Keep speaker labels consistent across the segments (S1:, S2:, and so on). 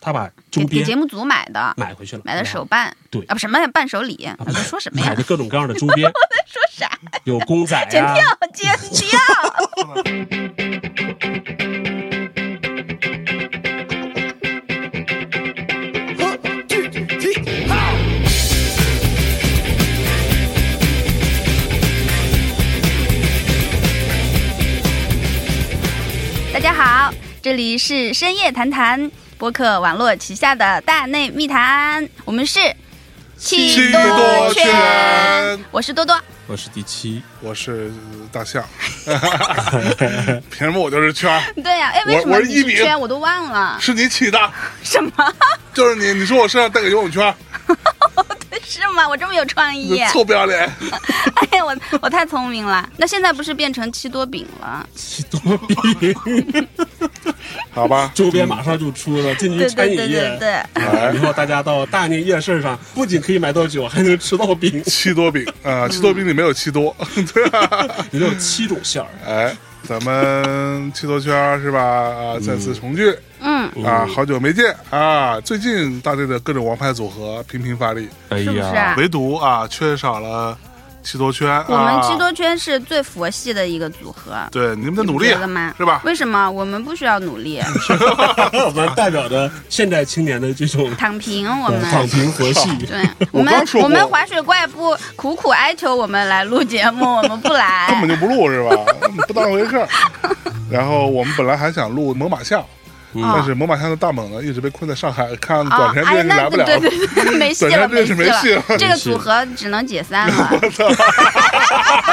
S1: 他把周
S2: 给给
S1: 边
S2: 节目组买的，
S1: 买回去了，
S2: 买的手
S1: 啊
S2: 办，
S1: 对
S2: 啊，不什么呀，伴手礼，我
S1: 买
S2: 在说什么
S1: 买
S2: 呀
S1: 的？各种各样的周 边，
S2: 说啥？
S1: 有公仔
S2: 剪
S1: 啊
S3: 哎
S2: 掉，，剪掉。大家好，这里是深夜谈谈播客网络旗下的大内密谈，我们是
S4: 气多
S2: 圈
S4: 圈，
S2: 我是多多，
S3: 我是第七，
S4: 我是大象， 凭什么我就是圈儿？
S2: 对呀、哎，为
S4: 我
S2: 什么
S4: 我是
S2: 你
S4: 一米
S2: 圈我都忘了？
S4: 是你起的，
S2: 什么？
S4: 就是你，你说我身上带个游泳圈儿，
S2: 是吗？我这么有创意
S4: 你，臭不要脸！
S2: 哎呀，我我太聪明了。那现在不是变成七多饼了？
S1: 奇多比，
S4: 好吧，
S1: 周边马上就出了，进
S2: 对
S1: 军
S2: 对
S1: 餐饮
S2: 对对
S1: 业。
S2: 对，
S4: 哎
S1: 以，后大家到大年夜市上，不仅可以买到酒，还能吃到饼。
S4: 七多饼
S2: 嗯
S4: 啊，七多饼里没有七多， 对吧？
S1: 里面有七种馅儿，啊
S4: 哎，咱们七多圈儿是吧？啊，再次重聚
S2: 嗯，
S4: 啊，好久没见啊！最近大队的各种王牌组合频频发力，
S3: 哎
S2: 是不是啊
S3: 呀，
S4: 唯独啊缺少了七多圈啊。
S2: 我们七多圈是最佛系的一个组合，
S4: 对你们的
S2: 你
S4: 努
S2: 不
S4: 力啊
S2: 觉得吗？
S4: 是吧？嗯
S2: 为什么我们不需要努力？
S1: 我们代表着现代青年的这种
S2: 躺平，我们。
S1: 躺平佛 系。
S2: 对
S4: 嗯我
S2: 我们
S4: 刚，说
S2: 我们
S4: 过
S2: 滑雪怪不苦苦哀求我们来录节目，我们不
S4: 根
S2: 来
S4: 本。就不录是吧？不当回事儿。然后我们本来还想录猛犸象，但是猛犸象的大猛呢一直被困在上海，看
S2: 嗯啊
S4: 短时，间之
S2: 哎，
S4: 内
S2: 那
S4: 来不了
S2: 对
S4: 了。
S2: 对对， 没戏
S4: 短
S2: 了，
S4: 时间
S2: 没
S4: 真是没戏
S2: 戏
S4: 了
S2: 了。这个
S3: 没戏
S2: 组合只能解散了。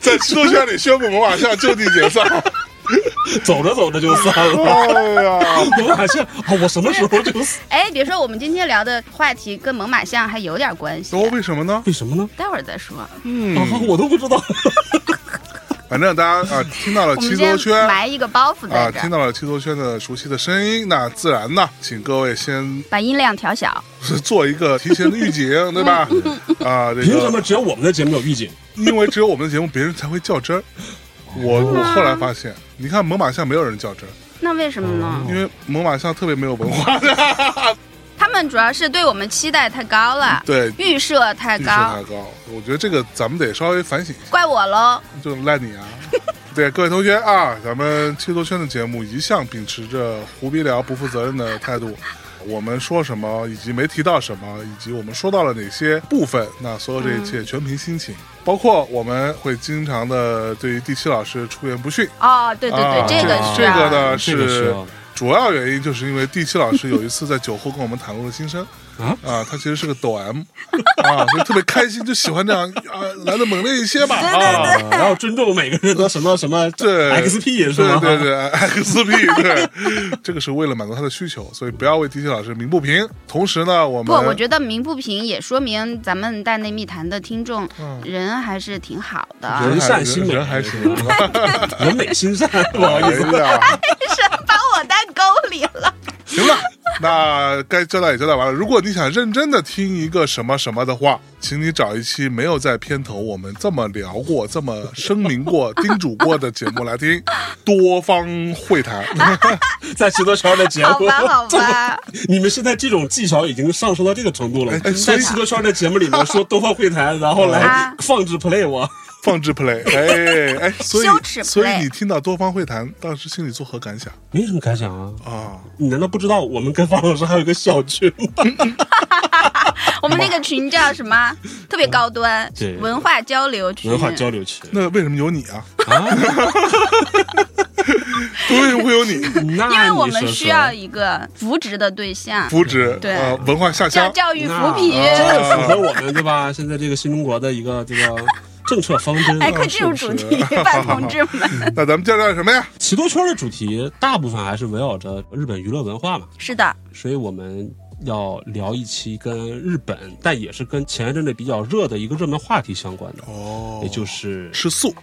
S4: 在七多圈里宣布猛犸象就地解 散。
S1: 走着走着就散了。
S4: 哎呀，
S1: 猛犸象啊，我什么时候就死？
S2: 哎，别说我们今天聊的话题跟猛犸象还有点关系
S4: 都，为什么呢？
S1: 为什么呢？
S2: 待会儿再说。
S4: 嗯
S1: 啊，，我都不知道。
S4: 反正大家啊听到了
S2: 我
S4: 七
S2: 们
S4: 多
S2: 先
S4: 圈
S2: 埋一个包袱在
S4: 啊，
S2: 这
S4: 听
S2: 儿，
S4: 到了七多圈的熟悉的声音，那自然呢，请各位先
S2: 把音量调小。
S4: 做一个提前的预警，对吧？
S2: 嗯
S4: 啊，这个
S1: 凭什么只有我们的节目有预警？
S4: 因为只有我们的节目，别人才会较真儿。我我后来发现，你看猛犸象没有人较真儿，
S2: 那为什么呢？
S4: 因为猛犸象特别没有文化，
S2: 他们主要是对我们期待太高了，
S4: 对，
S2: 预设太
S4: 嗯预设
S2: 高
S4: 太，高。我觉得这个咱们得稍微反省一下，
S2: 怪我喽。
S4: 就赖你啊。 对各位同学啊，咱们七多圈的节目一向秉持着胡逼聊、不负责任的态度。我们说什么，以及没提到什么，以及我们说到了哪些部分，那所有这一切
S2: 嗯
S4: 全凭心情。包括我们会经常的对于第七老师出言不逊，
S2: 哦， 对对
S4: 啊
S2: 对，
S4: 这
S2: 个是
S4: 这个
S2: 啊，
S4: 呢
S3: 这个是
S4: 是
S3: 啊
S4: 主要原因就是因为第七老师有一次在酒后跟我们袒露了心声。
S1: 啊
S4: 他其实是个抖 M 啊，所以特别开心，就喜欢这样啊，来的猛烈一些吧啊，
S1: 啊，然后尊重每个人的什么什么
S4: 对
S1: XP 是
S4: 对
S1: 吗？
S4: 对对，XP 对， 这个是为了满足他的需求，所以不要为第七老师鸣不平。同时呢，我们
S2: 不，我觉得鸣不平也说明咱们大内密谈的听众
S4: 嗯
S2: 人还是挺好的，
S1: 人善心美，
S4: 人还行，
S1: 人美心善，不好
S4: 哎
S1: 意思。
S4: 呀，
S2: 是把我带沟里了。
S4: 行了，那该交代也交代完了。如果你想认真的听一个什么什么的话，请你找一期没有在片头我们这么聊过、这么声明过、叮嘱过的节目来听，多方 会谈。
S1: 在石头圈的节
S2: 好
S1: 目，
S2: 吧，好吧，
S1: 你们现在这种技巧已经上升到这个程度了。
S4: 哎
S1: 在
S4: 所以
S1: 石头圈的节目里面说东方会谈，然后来
S2: 啊
S1: 放置 play 我。
S4: 放置 play，哎哎， 所以
S2: 羞耻 play
S4: 所以你听到多方会谈，当时心里作何感想
S1: 没什么感想啊，
S4: 啊？
S1: 你难道不知道我们跟方老师还有一个小群吗？
S2: 我们那个群叫什 么？特别高端
S3: 对，
S2: 文化交流群。
S1: 文化交流群
S4: 那为什么有你啊？
S3: 啊，
S4: 为什么会有 你？
S1: 那
S2: 因为我
S1: 你
S2: 们
S1: 说
S2: 需
S1: 说
S2: 要一个扶植的对象，
S4: 扶植
S2: 对
S4: 呃文化下
S2: 教
S4: 乡，
S2: 教育扶贫。
S1: 那这个符合我们对吧？现在这个新中国的一个这个政策方针。
S2: 哎，快进入主题， 吧，同志们。
S4: 那咱们交代什么呀？
S3: 奇多圈的主题大部分还是围绕着日本娱乐文化嘛，
S2: 是的，
S3: 所以我们要聊一期跟日本，但也是跟前一阵子比较热的一个热门话题相关的，
S4: 哦
S3: 也就是
S4: 吃素，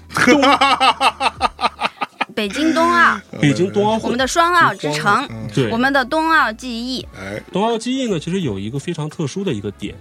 S2: 北京冬奥，
S3: 北京冬奥
S2: 我
S3: 会
S2: 们。的双奥之城，
S1: 嗯
S3: 对
S2: 我，们的冬奥记忆，
S4: 嗯哎，
S3: 冬奥记忆呢，其实有一个非常特殊的一个点，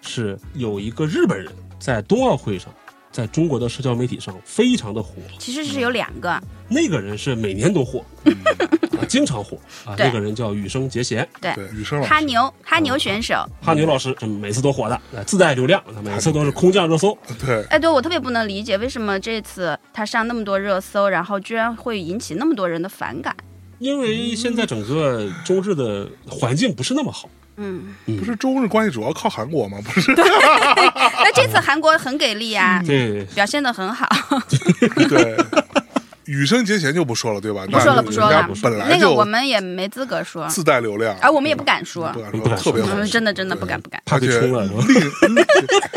S3: 是有一个日本人在冬奥会上在中国的社交媒体上非常的火，
S2: 其实
S1: 嗯
S2: 是有两个，
S3: 那个人是每年都 火，啊，经常火啊。
S2: 对
S3: 那个人叫羽生结弦，
S2: 对，
S4: 对，雨生老
S2: 哈
S4: 师，
S2: 牛哈
S1: 嗯
S2: 牛选手。
S3: 哈牛老师是每次都火的，呃自带流量，每次都是空降热搜。
S4: 对，
S2: 哎，对我特别不能理解，为什么这次他上那么多热搜，然后居然会引起那么多人的反 感？
S3: 因为现在整个中日的环境不是那么好，
S2: 嗯，
S4: 不是中日关系主要靠韩国吗？不是，
S2: 那这次韩国很给力啊，
S3: 对，
S2: 表现的很好。
S4: 对。羽生结弦就不说了，对吧？
S2: 不说了，
S4: 那
S2: 不说了
S4: 人家，本来
S2: 那个
S4: 就
S2: 我们也没资格说，
S4: 自带流量，
S2: 而我们也不敢说，
S4: 不敢
S3: 不
S4: 说，
S3: 敢
S4: 特
S3: 说
S4: 别
S2: 我
S4: 好
S2: 们
S4: 说，
S2: 真的真的不敢不敢。
S3: 怕被冲了是吧？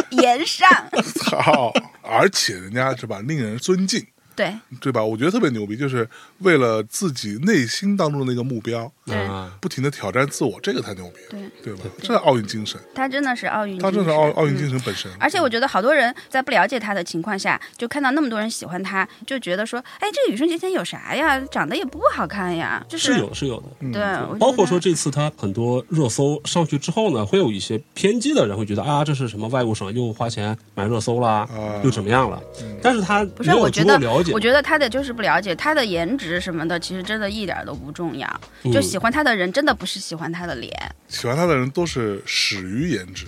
S2: 言上，
S4: 操！而且人家是吧，令人尊敬，
S2: 对
S4: 对吧？我觉得特别牛逼，就是为了自己内心当中的那个目标，
S2: 对
S3: 啊，
S4: 不停的挑战自我，这个才牛逼，
S2: 对，
S4: 对吧？这是奥运精神，
S2: 他真的是奥运，嗯
S4: 他正是奥奥运精。神本身。
S2: 而且我觉得好多人在不了解他的情况下，就看到那么多人喜欢他，就觉得说，哎，这个羽生结弦有啥呀？长得也不好看呀，就是
S3: 是有是有的。
S2: 对，
S4: 嗯
S2: 我觉
S3: 包括
S2: 得
S3: 说这次他很多热搜上去之后呢，会有一些偏激的人会觉得啊，这是什么外国省又花钱买热搜啦，
S4: 啊
S3: 又怎么样了？但是他
S2: 不
S3: 没
S2: 是，
S3: 有
S2: 我觉
S3: 足够
S2: 得
S3: 了解
S2: 我，觉得他的就是不了解他的颜值什么的，其实真的一点儿都不重要。就
S3: 嗯
S2: 喜欢他的人，真的不是喜欢他的脸。
S4: 喜欢他的人都是始于颜值，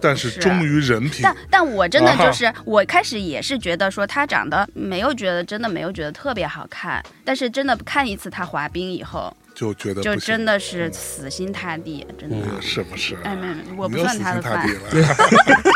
S4: 但是
S2: 是啊
S4: 忠于人品
S2: 但。但我真的
S4: 啊
S2: 就是，我开始也是觉得说他长得没有觉得真的没有觉得特别好看，但是真的看一次他滑冰以后，
S4: 就觉得
S2: 就
S4: 呃不行嗯
S2: 真的是死心塌地，真的。
S4: 是不是？啊
S2: 哎，没有没有，我
S4: 你
S2: 不
S4: 又
S2: 算
S4: 死
S2: 他
S4: 心
S2: 的
S4: 塌
S2: 饭
S4: 地。了。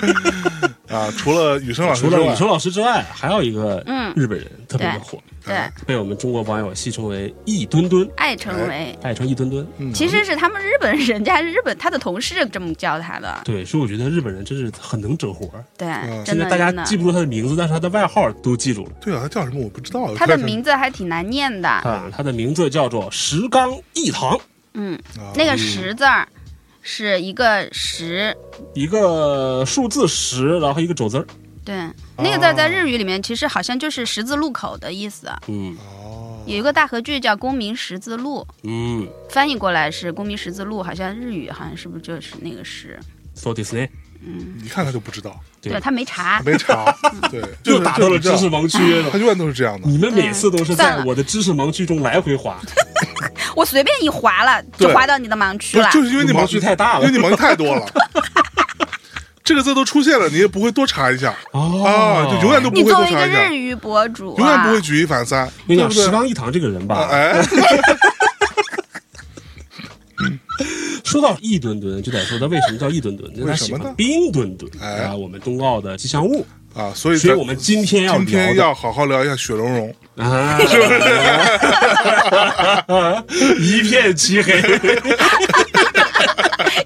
S4: 啊，除了雨生老师
S3: 除
S4: 之
S3: 了
S4: 外
S3: 宇，宙老师之外，还有一个
S2: 嗯
S3: 日本人特别的火，
S4: 嗯
S2: 对，
S3: 被我们中国网友戏称为“一吨吨
S2: 爱成为”，
S3: 爱称一吨吨。
S4: 哎嗯
S2: 其实是他们日本人家日本他的同事这么叫他的，
S3: 对，所以我觉得日本人真是很能整活儿。
S2: 对，真
S4: 嗯
S3: 现在
S2: 的
S3: 大家
S2: 真
S3: 记
S2: 的。
S3: 不住他的名字，但是他的外号都记住了
S4: 对啊，他叫什么我不知道。
S2: 他的
S4: 但是
S2: 名字还挺难念的，
S3: 啊。他的名字叫做石冈一堂，
S2: 嗯，
S4: 啊
S2: 那个十字儿是一个十，
S3: 一个数字十，然后一个走字儿。
S2: 对，那个字儿在日语里面其实好像就是十字路口的意思。
S3: 嗯
S4: 哦，
S2: 有一个大合剧叫《公民十字路
S3: 嗯，”，
S2: 翻译过来是“公民十字路”，好像日语好像是不是就是那个十？
S3: so this 呢？
S4: 一看他就不知道，
S3: 对
S2: 对他没查，
S4: 没查。
S2: 嗯
S4: 对，
S3: 又
S4: 是
S3: 打到了
S4: 就是
S3: 知识
S4: 这样哎
S3: 盲区
S4: 他
S3: 了。
S4: 永远都是这样的。
S3: 你们每次都是
S2: 算
S3: 在
S2: 了
S3: 我的知识盲区中来回滑，
S2: 我随便一划了就
S4: 对
S2: 划到你的盲区
S4: 不
S2: 了
S4: 是，。就是因为你
S3: 盲区太大了
S4: 因为你盲区太多了。 这个字都出现了，你也不会多查一下
S3: 哦
S4: 啊，就永远都不
S2: 你
S4: 会
S2: 作
S4: 多
S2: 为一
S4: 查
S2: 个
S4: 一下
S2: 日，语博主、啊，
S4: 永远不会举一反三，
S3: 我跟
S4: 对
S3: 你
S4: 不
S3: 讲，石
S4: 对？
S3: 刚一堂这个人吧，
S4: 哎，
S3: 说到一吨吨，就得说他为什么叫一吨吨，因他
S4: 为什
S3: 喜
S4: 么呢
S3: 欢冰墩墩
S4: 哎
S3: 啊，我们冬奥的吉祥物。
S4: 啊，所以
S3: 所以
S4: 咱
S3: 我们今天要
S4: 今天
S3: 聊的
S4: 要好好聊一下雪融融。
S3: 啊， 一片漆黑，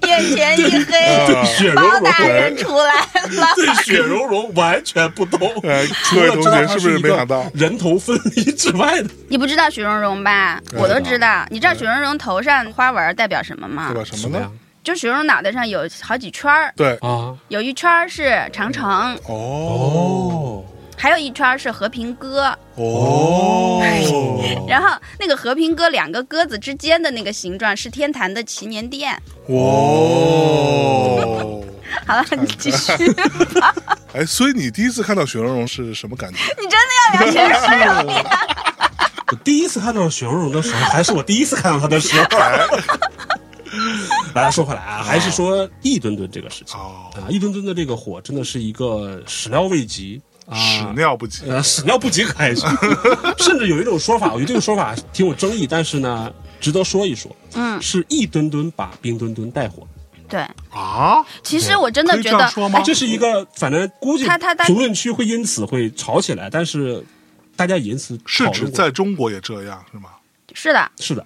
S2: 眼前一
S4: 啊呃
S2: 黑，
S3: 雪融
S2: 包
S3: 融，
S2: 大人出 来了。
S3: 对雪融融完全不懂。
S4: 哎，
S3: 除
S4: 各位
S3: 了
S4: 同
S3: 知道
S4: 学
S3: 它
S4: 是不
S3: 是
S4: 是没想到
S3: 一个人头分离之外的，
S2: 你不知道雪融融吧？
S4: 嗯
S2: 我都知道。你知道雪融融头上花纹代表什么吗
S4: 对？吧？什么呢？
S2: 就雪融融脑袋上有好几圈儿，
S4: 对，
S3: 啊？
S2: 有一圈儿是长
S4: 嗯
S2: 城，
S4: 哦
S3: 哦
S2: 还有一圈儿是和平鸽。哎
S4: 哦，
S2: 然后那个和平鸽两个鸽子之间的那个形状是天坛的祈年殿。
S4: 哦，
S2: 好了，你继续。
S4: 哎，所以你第一次看到雪融融是什么感觉？
S2: 你真的要聊雪融融？
S3: 我第一次看到雪融融的时候，还是我第一次看到他的 时候。来说回来啊，还是说一吨吨这个事情
S4: 哦
S3: 啊，一吨吨的这个火真的是一个始料未及啊，
S4: 始料不及，
S3: 呃始料不及可还 是，甚至有一种说法，我觉得这个说法挺有争议，但是呢，值得说一说，
S2: 嗯，
S3: 是一吨吨把冰墩墩带火，
S2: 对，
S4: 啊，
S2: 其实我真的觉
S4: 可以这
S2: 得
S4: 样说吗
S3: 哎这是一个反正估计
S2: 他他他
S3: 评论区会因此会吵起来，但是大家也因此
S4: 是
S3: 讨
S4: 指
S3: 论过
S4: 在中国也这样是吗？
S2: 是的，
S3: 是的，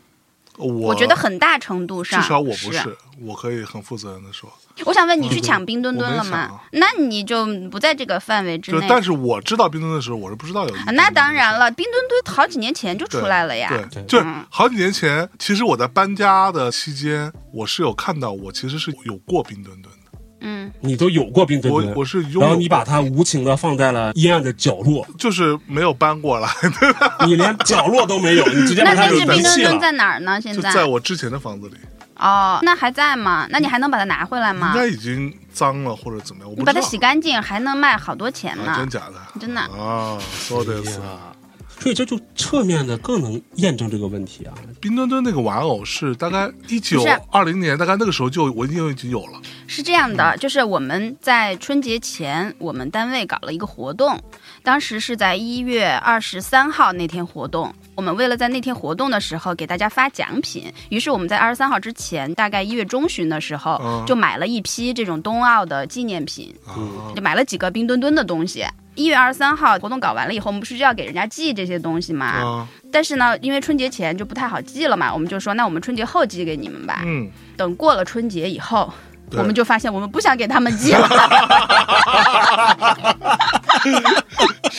S4: 我
S2: 我觉得很大程度
S4: 至
S2: 上，
S4: 少我不是，我可以很负责任的说，
S2: 我想问你去抢冰墩墩了
S4: 我没抢
S2: 吗
S4: 啊？
S2: 那你就不在这个范围之
S4: 就
S2: 内
S4: 是。但是我知道冰墩的时候，我是不知道有一
S2: 啊那当然了，冰墩墩好几年前就出
S4: 对
S2: 来了呀。嗯
S4: 对，
S3: 对
S4: 就是好几年前，其实我在搬家的期间，我是有看到，我其实是有过冰墩墩的，
S2: 嗯，
S3: 你都有过冰墩
S4: 我
S3: 墩，
S4: 我是拥
S3: 然后
S4: 有，
S3: 你把它无情的放在了阴暗的角落，
S4: 就是没有搬过来，
S3: 你连角落都 没有，你直接把
S2: 那
S3: 它
S2: 这
S3: 给
S2: 只冰
S3: 遗
S2: 墩
S3: 弃
S2: 墩
S3: 了。
S2: 在哪儿呢？现
S4: 就在我之前的房子里，
S2: 哦，那还在吗？那你还能把它拿回来
S4: 应
S2: 吗？
S4: 该已经脏了或者怎么样，我不
S2: 你把
S4: 知道。
S2: 它洗干净还能卖好多钱
S4: 啊，
S2: 呢
S4: 真，假的？
S2: 真的
S4: 啊，说的是。
S3: 啊，所以这就侧面的更能验证这个问题啊。
S4: 冰墩墩那个玩偶是大概一九
S2: 不
S4: 二零年，大概那个时候就我印象已经有了。
S2: 是这样的，就是我们在春节前，我们单位搞了一个活动，当时是在一月二十三号那天活动。我们为了在那天活动的时候给大家发奖品，于是我们在二十三号之前，大概一月中旬的时候
S4: 嗯，
S2: 就买了一批这种冬奥的纪念品，
S4: 啊，
S2: 就买了几个冰墩墩的东西。一月二十三号活动搞完了以后，我们不是就要给人家寄这些东西吗？
S4: 啊，
S2: 但是呢，因为春节前就不太好寄了嘛，我们就说那我们春节后寄给你们吧。
S4: 嗯，
S2: 等过了春节以后，
S4: 对
S2: 我们就发现我们不想给他们寄了，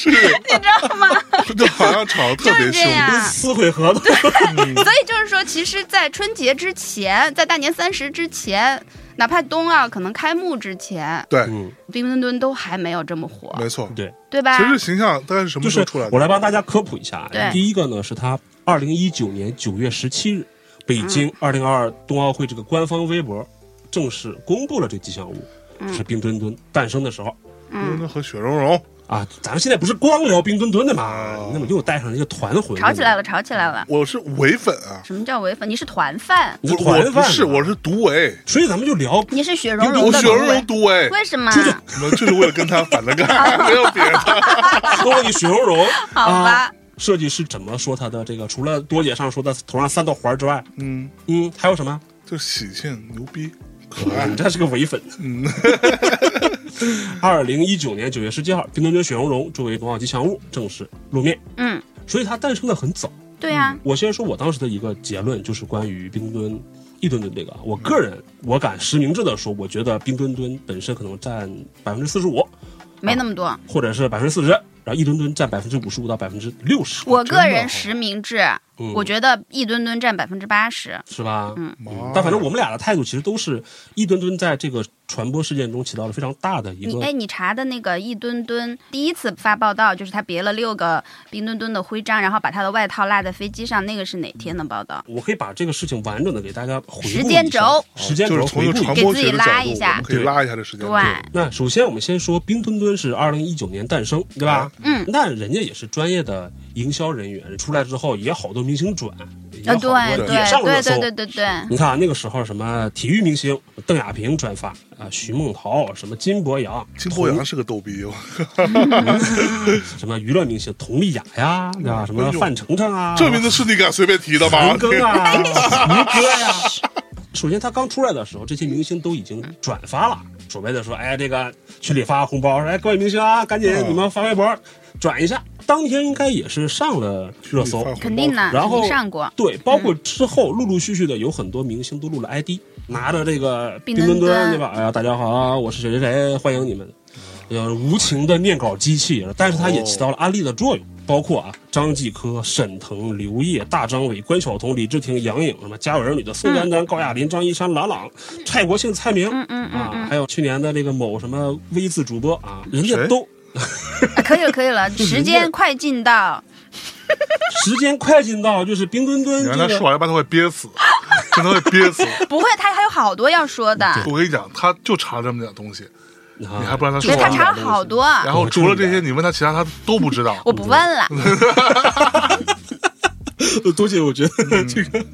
S2: 你知道吗？
S4: 就好像吵得特别
S2: 就是这样
S4: 凶。嗯
S2: 啊
S3: 撕毁合 同，
S2: 所以就是说，其实，在春节之前，在大年三十之前，哪怕冬奥可能开幕之前，
S4: 对，
S3: 嗯，
S2: 冰墩墩都还没有这么火，
S4: 没错。
S3: 对，
S2: 对吧
S4: 其？实形象大概是什么
S3: 就
S4: 时候
S3: 是
S4: 出来
S3: 我
S4: 的？
S3: 来帮大家科普一下啊。
S2: 对
S3: 第一个呢是他二零一九年九月十七日，北
S2: 嗯
S3: 京二零二二冬奥会这个官方微博正式公布了这吉祥物，
S2: 嗯
S3: 就是冰墩墩诞生的时候。
S4: 冰墩墩和雪融融
S3: 啊，咱们现在不是光聊冰墩墩的嘛？
S4: 哦
S3: 你怎么又带上一个团魂？
S2: 吵起来了，吵起来了。
S4: 我是伪粉啊，
S2: 什么叫唯粉？你是团饭，
S3: 你
S4: 我
S3: 是
S4: 我
S3: 团
S4: 不
S3: 饭
S4: 是，我是独唯，
S3: 所以咱们就聊
S2: 你是雪融融
S4: 啊我
S2: 的
S4: 雪
S2: 独
S4: 融
S2: 唯
S4: 融，独唯，
S2: 为什么？
S4: 我们就是为了跟他反着干， 没有别的。
S3: 说了你雪融融，
S2: 好吧
S3: 啊， 设计师怎么说他的这个？除了多姐上说的头上三道环之外，
S4: 嗯，
S3: 嗯，还有什么？
S4: 就喜庆牛逼，可爱
S3: 嗯你。这是个伪粉。
S4: 嗯，
S3: 二零一九年九月十七号，冰墩墩雪融融作为冬奥吉祥物正式露面，
S2: 嗯，
S3: 所以它诞生的很早。
S2: 对呀、
S4: 嗯
S3: 我先说我当时的一个结论，就是关于冰墩墩、一墩墩这个啊，我个人我敢实名制的说，我觉得冰墩墩本身可能占百分之四十五，
S2: 没那么
S4: 嗯
S2: 多。
S3: 或者是百分之四十，然后一墩墩占百分之五十五到百分之六十，
S2: 我个
S4: 真的
S2: 人
S4: 哦
S2: 实名制，
S3: 嗯
S2: 我觉得一墩墩占百分之八十。
S3: 是吧？嗯。
S4: 妈
S3: 但反正我们俩的态度其实都是一墩墩在这个传播事件中起到了非常大的一
S2: 你
S3: 个
S2: 哎，你查的那个一墩墩第一次发报道，就是他别了六个冰墩墩的徽章，然后把他的外套落在飞机上，那个是哪天的报道？
S3: 我可以把这个事情完整的给大家回顾一下哦
S2: 时间轴
S3: 时间
S4: 就
S3: 轴
S4: 是从
S3: 回
S4: 一
S3: 顾一下
S2: 给
S4: 个传。播学
S2: 自己
S4: 的角
S2: 拉
S4: 度，
S2: 一
S4: 我
S2: 下
S4: 们可以拉一下这时间
S3: 嗯
S2: 对，
S4: 轴。
S3: 那首先我们先说冰墩墩是二零一九年诞生，对吧？
S4: 啊
S2: 嗯
S3: 那人家也是专业的营销人员，出来之后也好多明星转，也
S2: 呃，
S3: 好
S2: 对
S3: 多
S2: 对
S3: 也上热
S2: 对
S3: 搜。
S2: 对对对对，
S3: 你看啊，那个时候什么体育明星邓亚萍转发啊，徐梦桃，什么金博 洋，
S4: 金博洋是个逗逼， 我
S3: 什么娱乐明星佟丽娅呀，对吧？什么范丞丞啊，
S4: 哎这名字是你敢随便提的吗
S3: 韩？庚啊，于哥呀。首先，他刚出来的时候，这些明星都已经转发了，所谓的说，哎，这个群里发红包，说，哎，各位明星啊，赶紧
S4: 嗯
S3: 你们发微博转一下。当天应该也是上了热搜，
S2: 肯定的，
S3: 嗯然
S2: 肯
S3: 后
S2: 定啊上过。嗯
S3: 对，包括之后陆陆续续的有很多明星都录了 ID，拿着这个
S2: 冰
S3: 冰
S2: 墩
S3: 墩
S2: 墩
S3: 墩，对吧？哎呀，大家好啊，我是谁谁谁，欢迎你们。呃，无情的念稿机器，但是它也起到了安利的作用。包括啊，张继科、沈腾、刘烨、大张伟、关晓彤、李治廷、杨颖，什么《家有儿女》的宋丹丹、高亚麟、张一山、郎朗、蔡国庆、蔡明，
S2: 嗯嗯嗯
S3: 啊，还有去年的那个某什么 V 字主播啊，人家
S4: 谁
S3: 都
S2: 啊可以了，可以了，时间快进到，
S3: 时间快进到，就是冰墩墩
S4: 原
S3: 这
S4: 来
S3: 个啊
S4: 说完了吧，他会憋死， 真的会憋死。
S2: 不会，他还有好多要说的，
S4: 我跟你讲，他就查了这么点东西，
S3: 啊
S4: 你还不让他
S3: 就
S2: 对
S4: 说
S2: 他
S4: 完
S2: 查了好多，
S4: 然后除了这些，你问他其他他都不 知道。
S2: 我不问了，
S3: 嗯多姐，我觉
S4: 嗯
S3: 得这个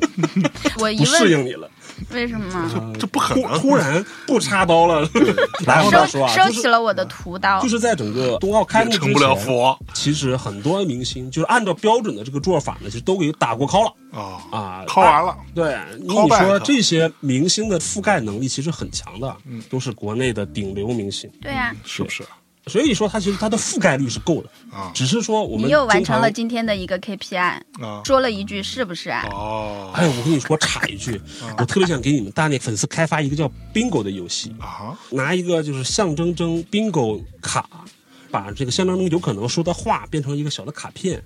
S2: 我一
S3: 不适
S2: 问
S3: 应你了，
S2: 为什么
S4: 这不可
S3: 突突
S4: 能，
S3: 然不插刀了。 来，我再说
S2: 收
S3: 啊，
S2: 收
S3: 就
S2: 起
S3: 是
S2: 了我的屠刀
S3: 就，是在整个冬奥开幕之
S4: 成不了
S3: 前，
S4: 佛
S3: 其实很多明星就是按照标准的这个做法呢，其实都给打过 call 了
S4: 啊！
S3: 啊。
S4: 考完了，
S3: 对，你
S4: call back
S3: 说这些明星的覆盖能力其实很强的，
S4: 嗯
S3: 都是国内的顶流明星，
S2: 对呀、
S4: 是不是？
S3: 所以说他其实他的覆盖率是够的
S4: 啊
S3: 只是说我们
S2: 你又完
S3: 经
S2: 成
S3: 常
S2: 了今天的一个 KPI，
S4: 啊
S2: 说了一句是不是啊？
S4: 哦
S3: 哎，我跟你说，插一句，
S4: 啊
S3: 我特别想给你们大内粉丝开发一个叫 bingo 的游戏，
S4: 啊，
S3: 拿一个就是象征征 bingo 卡，把这个象征中有可能说的话变成一个小的卡片，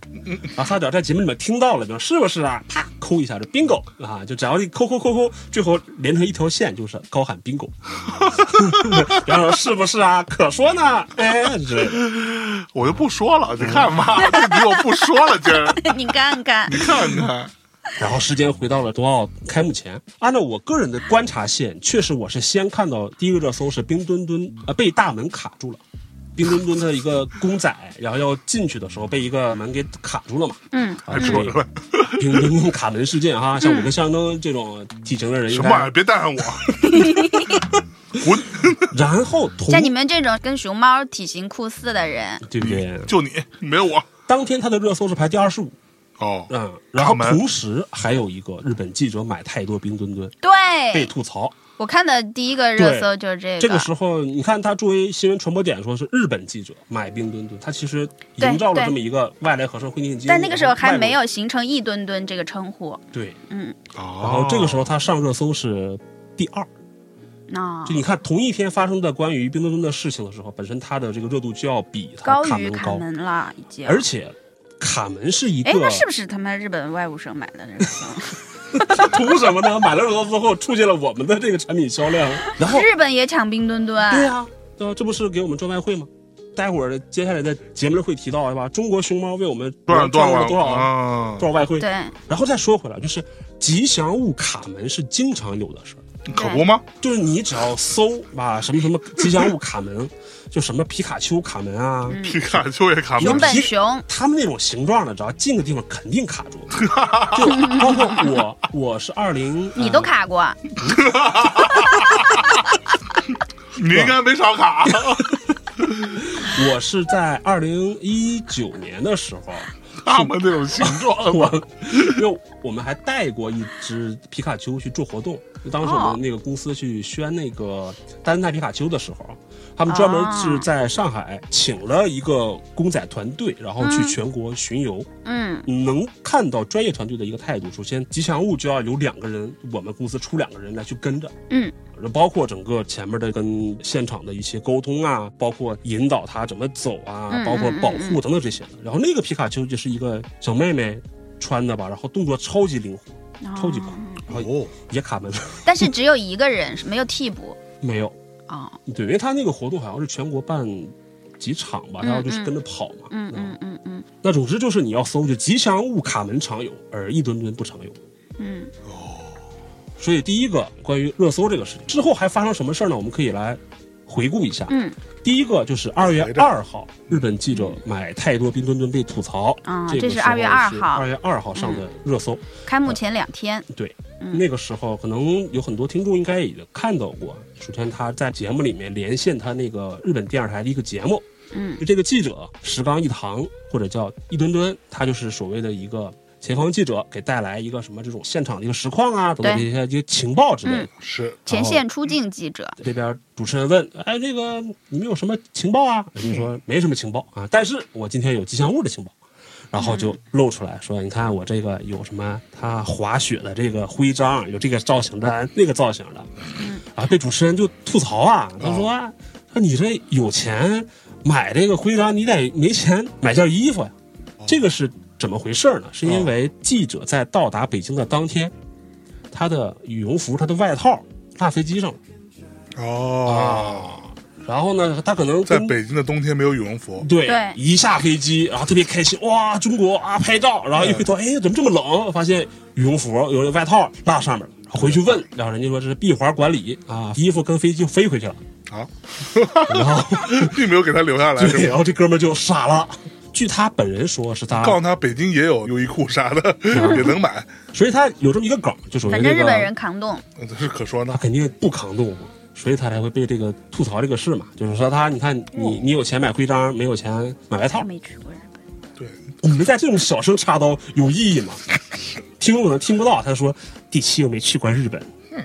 S3: 然后他只要在节目里面听到了，比方是不是啊？啪抠一下就 bingo 啊，就只要一抠抠抠抠，最后连成一条线，就是高喊 bingo，然后说是不是啊？可说呢，哎之类的。 啊
S4: 我就不说了，你看吧，你我不说了，今儿
S2: 你看看，
S4: 你看看，
S3: 然后时间回到了冬奥开幕前。按照我个人的观察线，确实我是先看到第一个热搜是冰墩墩呃被大门卡住了。冰墩墩的一个公仔，然后要进去的时候被一个门给卡住了嘛，
S2: 嗯，
S3: 啊，
S4: 说出来
S3: 冰墩墩卡门事件哈，像我跟向征这种体型的人应
S4: 什
S3: 该，
S4: 么玩意儿？别带 上我， 滚！
S3: 然后同
S2: 像你们这种跟熊猫体型酷似的人，
S3: 对不对？
S4: 就你，没有我。
S3: 当天他的热搜是排第二十五，
S4: 哦，
S3: 嗯，然后
S4: 卡门
S3: 同时还有一个日本记者买太多冰墩墩被
S2: 对
S3: 吐槽，
S2: 我看的第一个热搜就是这个，
S3: 这个时候你看他作为新闻传播点说是日本记者买冰墩墩，他其实营造了
S2: 对
S3: 这么一个外来和尚会念经，
S2: 但那个时候还没
S3: 然后
S2: 有形成“一吨吨”这个称呼，
S3: 外国对，
S2: 嗯，
S4: 然
S3: 然后这个时候他上热搜是第二，
S2: 啊、
S3: 就你看同一天发生的关于冰墩墩的事情的时候，本身它的这个热度就要比它
S2: 高
S3: 卡
S2: 于
S3: 门
S2: 卡
S3: 高，
S2: 门了已经。
S3: 而且卡门是一
S2: 哎
S3: 个，
S2: 那是不是他们日本外务省买的这个？
S3: 图什么呢？买了热搜之后促进了我们的这个产品销量， 然后
S2: 日本也抢冰墩墩，
S3: 对呀、呃，这不是给我们赚外汇吗？待会儿接下来在节目里会提到，对吧？中国熊猫为我们
S4: 多少多
S3: 赚
S4: 少
S3: 了多少
S4: 啊？
S3: 多少外汇？
S2: 对
S3: 然后再说回来，就是吉祥物卡门是经常有的事儿，
S4: 可不吗？
S3: 就是你只要搜吧，什么什么吉祥物卡 门，就什么皮卡丘卡门啊，
S2: 嗯
S4: 皮卡丘也卡
S2: 熊
S4: 门，
S2: 本熊，
S3: 他们那种形状的，只要进个地方肯定卡住。 就包括我，我是二零，呃
S2: 你都卡过，
S4: 你应该没少卡。
S3: 我是在二零一九年的时候，
S4: 他们这种形 状，
S3: 我，因为我们还带过一只皮卡丘去做活动。就当时我们那个公司去宣那个单代皮卡丘的时候，他们专门是在上海请了一个公仔团队，然后去全国巡游。
S2: 嗯，
S3: 能看到专业团队的一个态度。首先，吉祥物就要有两个人，我们公司出两个人来去跟着。
S2: 嗯。
S3: 包括整个前面的跟现场的一些沟通啊，包括引导他怎么走啊，
S2: 嗯
S3: 包括保护等等这些的。然后那个皮卡丘就是一个小妹妹穿的吧，然后动作超级灵活，超级棒
S2: 哦，
S3: 然后
S4: 哦，
S3: 也卡门了，
S2: 但是只有一个人是没有替补
S3: 没有。
S2: 啊、哦，
S3: 对，因为他那个活动好像是全国办几场吧，
S2: 嗯
S3: 然后就是跟着跑嘛。
S2: 嗯嗯嗯嗯
S3: 那总之就是你要搜，就吉祥物卡门常有，而一吨吨不常有。
S2: 嗯，
S3: 所以第一个关于热搜这个事情，之后还发生什么事儿呢？我们可以来回顾一下。
S2: 嗯，
S3: 第一个就是二月
S4: 来着
S3: 二号，日本记者买太多冰墩墩被吐槽。
S2: 啊
S3: 这
S2: 这
S3: 个时
S2: 是
S3: 候
S2: 2月2号
S3: 二月二号上的热搜。
S2: 开幕前两天，
S3: 对，
S2: 嗯
S3: 那个时候可能有很多听众应该也看到过。首先，他在节目里面连线他那个日本电视台的一个节目，
S2: 嗯
S3: 就这个记者石冈一堂或者叫一墩墩，他就是所谓的一个前方记者，给带来一个什么这种现场的一个实况啊等等这
S2: 对
S3: 些一些情报之类的
S2: 嗯。
S4: 是
S2: 前线出镜记者，
S3: 这边主持人问：“哎，这个你们有什么情报啊？”你说没什么情报啊，但是我今天有吉祥物的情报，然后就露出来说：“你看我这个有什么？他滑雪的这个徽章，有这个造型的，那个造型的。”啊，被主持人就吐槽啊，他说：“说你这有钱买这个徽章，你得没钱买件衣服呀、这个是怎么回事呢？是因为记者在到达北京的当天，他的羽绒服、他的外套落飞机上了。
S4: 哦，
S3: 然后呢，他可能
S4: 在
S3: 跟
S4: 北京的冬天没有羽绒服，
S3: 对
S2: 对
S3: 一下飞机，然后特别开心，哇，中国啊，拍照，然后一回
S4: 嗯
S3: 头，哎，怎么这么冷？发现羽绒服有外套落上面了，然后回去问，然后人家说这是闭环管理啊，衣服跟飞机飞回去了，
S4: 啊，
S3: 然后
S4: 并没有给他留下来，
S3: 对，
S4: 是
S3: 然
S4: 吧？
S3: 后这哥们儿就傻了。据他本人说，是他，
S4: 告诉他北京也有优衣库啥的，也能买，
S3: 所以他有这么一个梗，就属于
S2: 反
S3: 这
S2: 正
S3: 个
S2: 日本人扛冻，
S4: 这是可说
S3: 他
S4: 呢。
S3: 肯定不扛动，所以他才会被这个吐槽这个事嘛，就是说他，你看
S2: 嗯
S3: 你你有钱买徽章，没有钱买外套
S2: 他，没去过日本，
S4: 对，
S3: 你们在这种小声插刀有意义 吗？听众可能听不到，他说第七又没去过日本，
S4: 嗯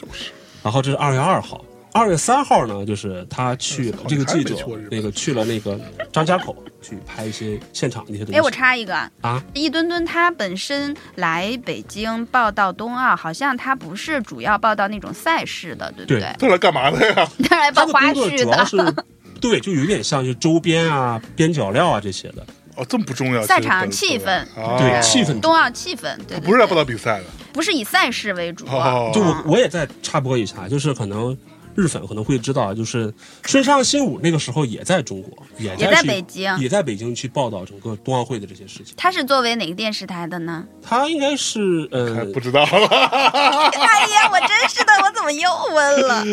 S4: 就是
S3: 然后这是二月二号，二月三号呢，就是他去了
S4: 嗯
S3: 这个记者
S4: 好像还没去过日本
S3: 那个去了那个张家口去拍一些现场的一些东西。
S2: 哎，我插一个啊
S3: 啊，
S2: 一吨吨他本身来北京报道冬奥，好像他不是主要报道那种赛事的，对不
S3: 对
S2: 对？
S4: 他来干嘛的呀？
S2: 他来
S3: 他
S2: 报
S3: 的
S2: 花
S3: 工作
S2: 絮
S3: 主要
S2: 的，
S3: 是对，就有点像就周边啊、边角料啊这些的，
S4: 哦，这么不重要。
S2: 赛场
S4: 其实
S2: 气氛
S4: 啊
S3: 对气氛
S2: 冬奥气氛，
S3: 啊
S2: 对对对，
S4: 不是来报道比赛的，
S2: 不是以赛事为主，啊嗯
S4: 哦
S3: 就我我也再插播一下，就是可能日粉可能会知道，啊就是村上信五那个时候也在中国，也
S2: 也
S3: 在
S2: 在
S3: 去
S2: 北京
S3: 也在北京去报道整个冬奥会的这些事情。
S2: 他是作为哪个电视台的呢？
S3: 他应该是呃，
S4: 不知道了，
S2: 哎呀，我真是的，我怎么又问 了？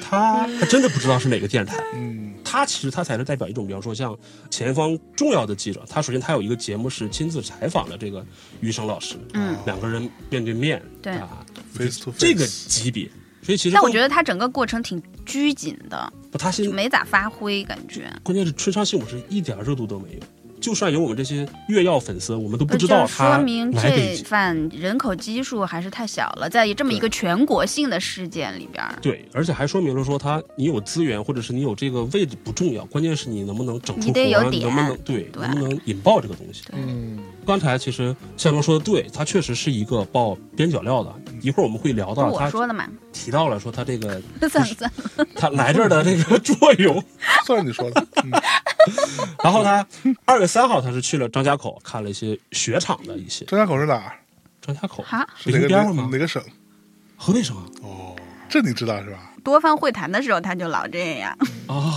S3: 他他真的不知道是哪个电视台。
S4: 嗯，
S3: 他其实他才是代表一种，比方说像前方重要的记者，他首先他有一个节目是亲自采访了这个余生老师，
S2: 嗯，
S3: 两个人面对面，
S2: 对
S3: 啊，
S4: face to
S3: 这
S4: face，
S3: 个级别，所以其实
S2: 但我觉
S3: 得
S2: 得他整个过程挺拘谨的，
S3: 他现
S2: 就没咋发挥，感觉。
S3: 关键是村上信五是一点热度都没有，就算有我们这些越药粉丝，我们都不
S2: 呃
S3: 知
S2: 就
S3: 道
S2: 是说
S3: 他
S2: 明
S3: 来
S2: 这
S3: 北京。
S2: 反人口基数还是太小了，在这么一个全国性的事件里边儿，
S3: 对，而且还说明了说他，你有资源或者是你有这个位置不重要，关键是你能不能整出
S2: 你
S3: 活
S2: 得有
S3: 儿，
S2: 点
S3: 能不能对，
S2: 对
S3: 能不能引爆这个东西。
S4: 嗯，
S3: 刚才其实向东说的对，他确实是一个爆边角料的。一会儿我们会聊
S2: 不是
S3: 到
S2: 我
S3: 他
S2: 说的 嘛？
S3: 提到了说他这个
S2: 算不算？
S3: 他来这儿的这个作用。
S4: 算是你说的，嗯
S3: 然后他二月三号他是去了张家口看了一些雪场的一些
S4: 张家口是哪儿？
S3: 张家口
S2: 哈，
S3: 北
S4: 哪
S3: 京
S4: 个
S3: 边上
S4: 哪
S3: 吗
S4: 哪？个省？
S3: 河北省啊。
S4: 哦，这你知道是吧？
S2: 多方会谈的时候他就老这样，
S3: 哦，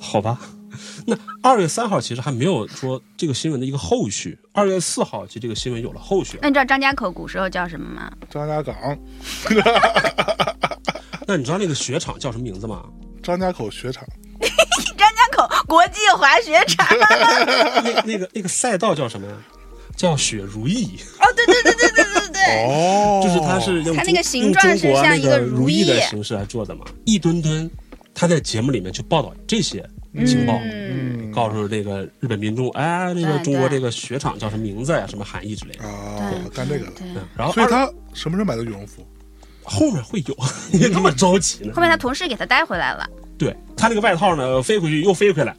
S3: 好吧。 那二月三号其实还没有说这个新闻的一个后续，二月四号其实这个新闻有了后续。啊
S2: 那你知道张家口古时候叫什么吗？
S4: 张家港，
S3: 那你知道那个雪场叫什么名字吗？
S4: 张家口雪场，
S2: 张家口国际滑雪场。
S3: 那那个那个赛道叫什么呀？叫雪如意。
S2: 哦，对对对对对对对，
S4: 哦
S3: 就是它是用
S2: 它
S3: 中
S2: 那个形状是
S3: 用中国
S2: 像一个
S3: 那个如意
S2: 如
S3: 的
S2: 意
S3: 形式来做的嘛。一吨吨，他在节目里面去报道这些 情报，
S2: 嗯，
S4: 嗯
S3: 告诉这个日本民众，哎，这个
S2: 对
S3: 中国
S2: 对
S3: 这个雪场叫什么名字呀，什么含义之类的。
S4: 啊，干这个的。
S2: 对。
S3: 嗯然后
S4: 所以
S3: 二
S4: 他什么时候买的羽绒服？
S3: 后面会有， 你这么着急呢
S2: 后？面他同事给他带回来了，
S3: 对他那个外套呢，飞回去又飞回来了。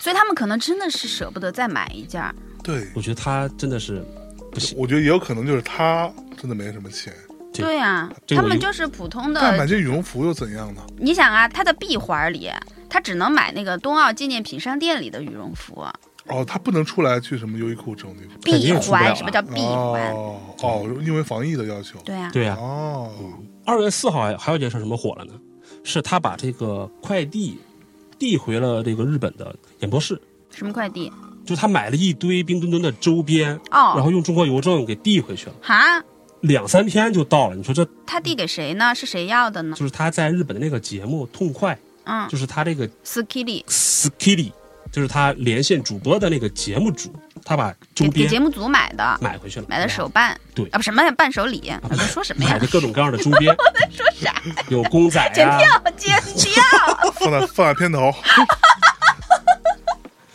S2: 所以他们可能真的是舍不得再买一件儿。
S4: 对，
S3: 我觉得他真的是不行，
S4: 我觉得也有可能就是他真的没什么钱，
S3: 对
S2: 对呀、
S3: 这个
S2: 他
S3: 我
S2: 们
S3: 就
S2: 就是普通
S4: 但买
S2: 的。
S4: 这羽绒服又怎样呢？
S2: 你想啊，他的闭环里，他只能买那个冬奥纪念品商店里的羽绒服。
S4: 哦，他不能出来去什么优衣库整衣服。
S3: 肯定
S2: 闭
S3: 也出不了啊
S2: 环，
S3: 了
S2: 什么叫闭环？
S4: 哦哦，因为防疫的要求。
S2: 对啊呀、
S3: 对呀、
S4: 哦，
S3: 二月四号还还有一件事儿怎么火了呢？是他把这个快递递回了这个日本的演播室，
S2: 什么快递？
S3: 就他买了一堆冰墩墩的周边，
S2: 哦
S3: 然后用中国邮政给递回去了，
S2: 哈，
S3: 两三天就到了。你说这
S2: 他递给谁呢？是谁要的呢？
S3: 就是他在日本的那个节目《痛快》，
S2: 嗯
S3: 就是他这个
S2: ，Skilly
S3: Skilly，就是他连线主播的那个节目组，他把周
S2: 给给节
S3: 边
S2: 目组买的，
S3: 买回去了，
S2: 买的
S3: 然后
S2: 手办，
S3: 对
S2: 啊，不什么呀伴手礼，我在说什么呀
S3: 买的？哎各种各样的周 边，我在说啥？有公仔
S2: 剪
S3: 啊，
S2: 掉，剪掉，
S4: 放 在放在片头，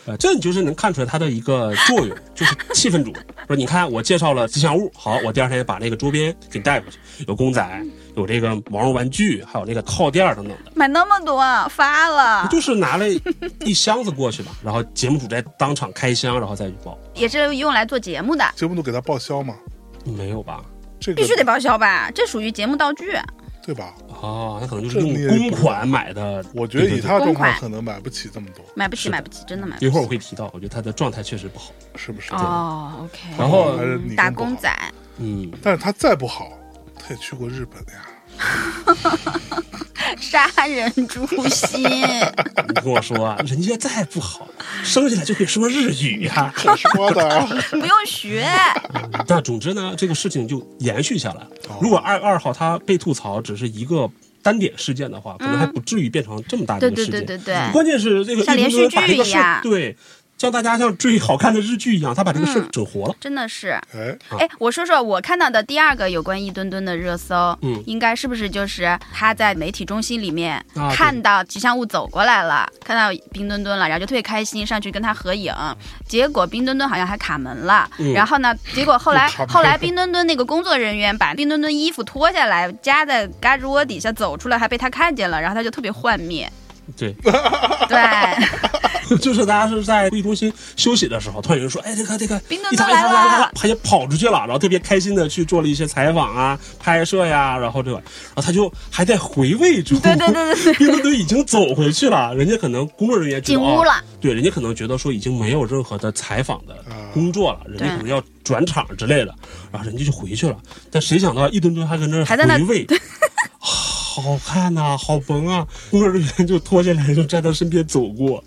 S3: 呃，这你就是能看出来它的一个作用，就是气氛组。说你看，我介绍了吉祥物，好，我第二天把那个周边给你带过去，有公仔，有这个毛绒玩具，还有那个靠垫儿等等的。
S2: 买那么多，发 了，
S3: 就是拿了一箱子过去嘛，然后节目组在当场开箱，然后再预报。
S2: 也是用来做节目的，
S4: 节目组给他报销嘛，
S3: 没有吧？
S4: 这个
S2: 必须得报销吧？这属于节目道具。
S4: 对吧？
S3: 哦，那可能就是
S4: 这你也
S3: 用公款买的。
S4: 我觉得以他的
S2: 公
S4: 状况
S2: 款
S4: 可能买不起这么多，
S2: 买不起，
S3: 是的
S2: 买不起，真的买不
S3: 一
S2: 起。
S3: 会儿我会提到，我觉得他的状态确实不好。
S4: 是不是？
S2: 哦，OK。
S3: 然后
S4: 还是你
S2: 打
S4: 更不好
S2: 工仔，
S3: 嗯，
S4: 但是他再不好，他也去过日本呀。
S2: 杀人诛心，
S3: 你跟我说啊，人家再不好，生下来就会说日语呀、
S4: 我说的啊，
S2: 不用学。
S3: 啊那总之呢，这个事情就延续下来。如果二月二号他被吐槽只是一个单点事件的话，可能还不至于变成这么大的
S2: 嗯对
S3: 一个
S2: 对
S3: 事
S2: 对
S3: 件。
S2: 对对，
S3: 关键是这个
S2: 像
S3: 一
S2: 连
S3: 吨吨
S2: 续剧
S3: 把这个事
S2: 一样
S3: 儿对，像大家像追好看的日剧一样，他把这个
S2: 嗯
S3: 事儿整活了。
S2: 真的是。
S4: 哎，
S2: 哎，我说说我看到的第二个有关一吨吨的热搜，
S3: 嗯
S2: 应该是不是就是他在媒体中心里面
S3: 啊对
S2: 看到吉祥物走过来了，看到冰墩墩了，然后就特别开心，上去跟他合影，结果冰墩墩好像还卡门了，
S3: 嗯
S2: 然后呢，结果后来
S4: 又卡门了
S2: 后来冰墩墩那个工作人员把冰墩墩衣服脱下来夹在胳肢窝底下走出来，还被他看见了，然后他就特别幻灭，
S3: 对，
S2: 对，
S3: 就是大家是在会议中心休息的时候，突然有人说：“哎，这个这个
S2: 冰墩墩
S3: 一堂一堂
S2: 来了
S3: 来了，他就跑出去了，然后特别开心的去做了一些采访啊、拍摄呀，然后这个，然后他就还在回味中。
S2: 对对对对对
S3: 冰墩墩已经走回去了，人家可能工作人员觉得
S2: 进屋了
S3: 哦对，人家可能觉得说已经没有任何的采访的工作了，人家
S2: 对
S3: 可能要转场之类的，然后人家就回去了。但谁想到一墩墩还跟那儿
S2: 还在那
S3: 回味，好看呐、好萌啊！”工作人员就脱下来，就在他身边走过，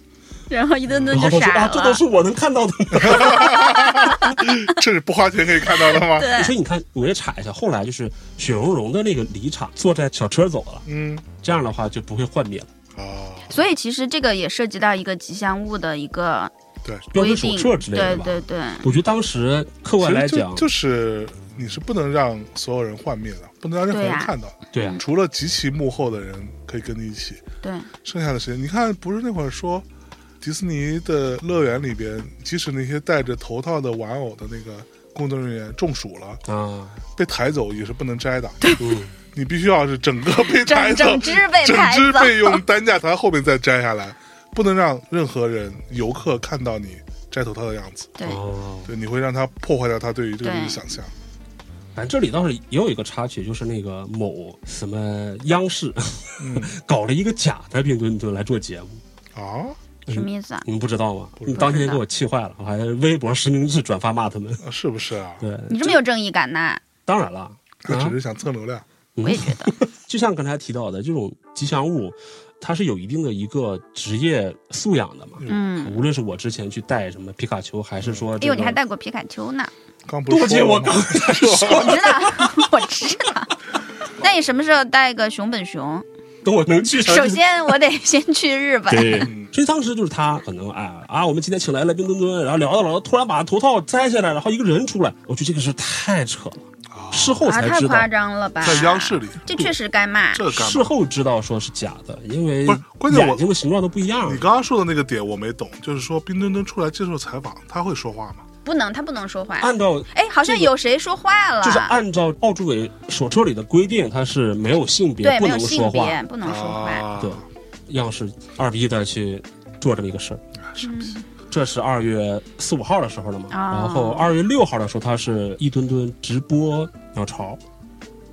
S2: 然后一顿顿
S3: 然后
S2: 就
S3: 他说：“
S2: 傻
S3: 啊，
S2: 了。
S3: 这都是我能看到的吗。”
S4: 这是不花钱可以看到的吗？
S2: 对
S3: 所以你看，我也查一下，后来就是雪容融的那个离场，坐在小车走了，
S4: 嗯，
S3: 这样的话就不会幻灭了。
S4: 哦，
S2: 所以其实这个也涉及到一个吉祥物的一个
S4: 对，
S3: 标
S2: 规
S3: 准手
S2: 定，
S3: 册之类的
S2: 对
S3: 吧。
S2: 对对，
S3: 我觉得当时客观来
S4: 其实
S3: 讲，
S4: 就就是你是不能让所有人幻灭的，不能让任何人
S2: 对呀
S4: 看到，
S3: 对啊，
S4: 除了极其幕后的人可以跟你一起，
S2: 对，
S4: 剩下的时间，你看，不是那会儿说，迪士尼的乐园里边，即使那些戴着头套的玩偶的那个工作人员中暑了，
S3: 啊，
S4: 被抬走也是不能摘的，
S3: 嗯，
S4: 你必须要是整个被抬
S2: 整
S4: 走，
S2: 整只被
S4: 整
S2: 抬
S4: 只
S2: 走，
S4: 被用担架抬后面再摘下来，不能让任何人游客看到你摘头套的样子，
S2: 对，
S3: 哦，
S4: 对，你会让他破坏掉他对于这个东西的
S2: 对
S4: 想象。
S3: 反正这里倒是也有一个插曲，就是那个某什么央视
S4: 嗯，
S3: 搞了一个假的冰墩墩来做节目，
S4: 啊，
S2: 什么意思啊？
S3: 你们不知道吗？
S4: 知
S3: 你
S4: 道
S3: 当天给我气坏了，我还微博实名制转发骂他们。
S4: 啊是不是啊？
S3: 对，
S2: 你这么有正义感呐？
S3: 当然了，
S4: 他只
S3: 啊
S4: 是想蹭流量。
S3: 嗯
S2: 我也觉 得，
S3: 就像刚才提到的，这种吉祥物，它是有一定的一个职业素养的嘛。
S2: 嗯，
S3: 无论是我之前去带什么皮卡丘，还是说、
S2: 哎
S3: 这个，
S2: 呦，你还带过皮卡丘呢？
S4: 刚不
S3: 多
S4: 是
S3: 谢
S4: 说
S3: 我
S4: 了
S3: 刚
S4: 吗？
S3: 才说，
S2: 我知道， 我知道。那你什么时候带个熊本熊？
S3: 等我能去。
S2: 首先我得 先去日本。
S3: 对，
S4: 嗯
S3: 所以当时就是他可能啊啊，我们今天请来了冰墩墩，然后聊着聊着，突然把头套摘下来，然后一个人出来，我觉得这个事太扯
S4: 哦
S3: 了，事后
S2: 啊，
S3: 才
S2: 太
S3: 知道
S2: 夸，张了吧！
S4: 在央视里，
S2: 这确实该骂。
S4: 这干嘛
S3: 事后知道说是假的，因为
S4: 不是关键我
S3: 眼睛的形状都不一样
S4: 你。刚刚说的那个点我没懂，就是说冰墩墩出来接受采访，他会说话吗？
S2: 不能，他不能说话。
S3: 按照
S2: 哎，好像有谁说话了，
S3: 就是按照奥组委手册里的规定，它是没有性别，
S2: 对，
S3: 不
S2: 没有
S3: 能说
S2: 性
S3: 话。
S2: 别，不能说话。
S4: 啊
S3: 对，样式二逼的去做这么一个事儿。
S2: 嗯，
S3: 这是二月四五号的时候了嘛，
S2: 啊
S3: 然后二月六号的时候，它是一吨吨直播鸟巢，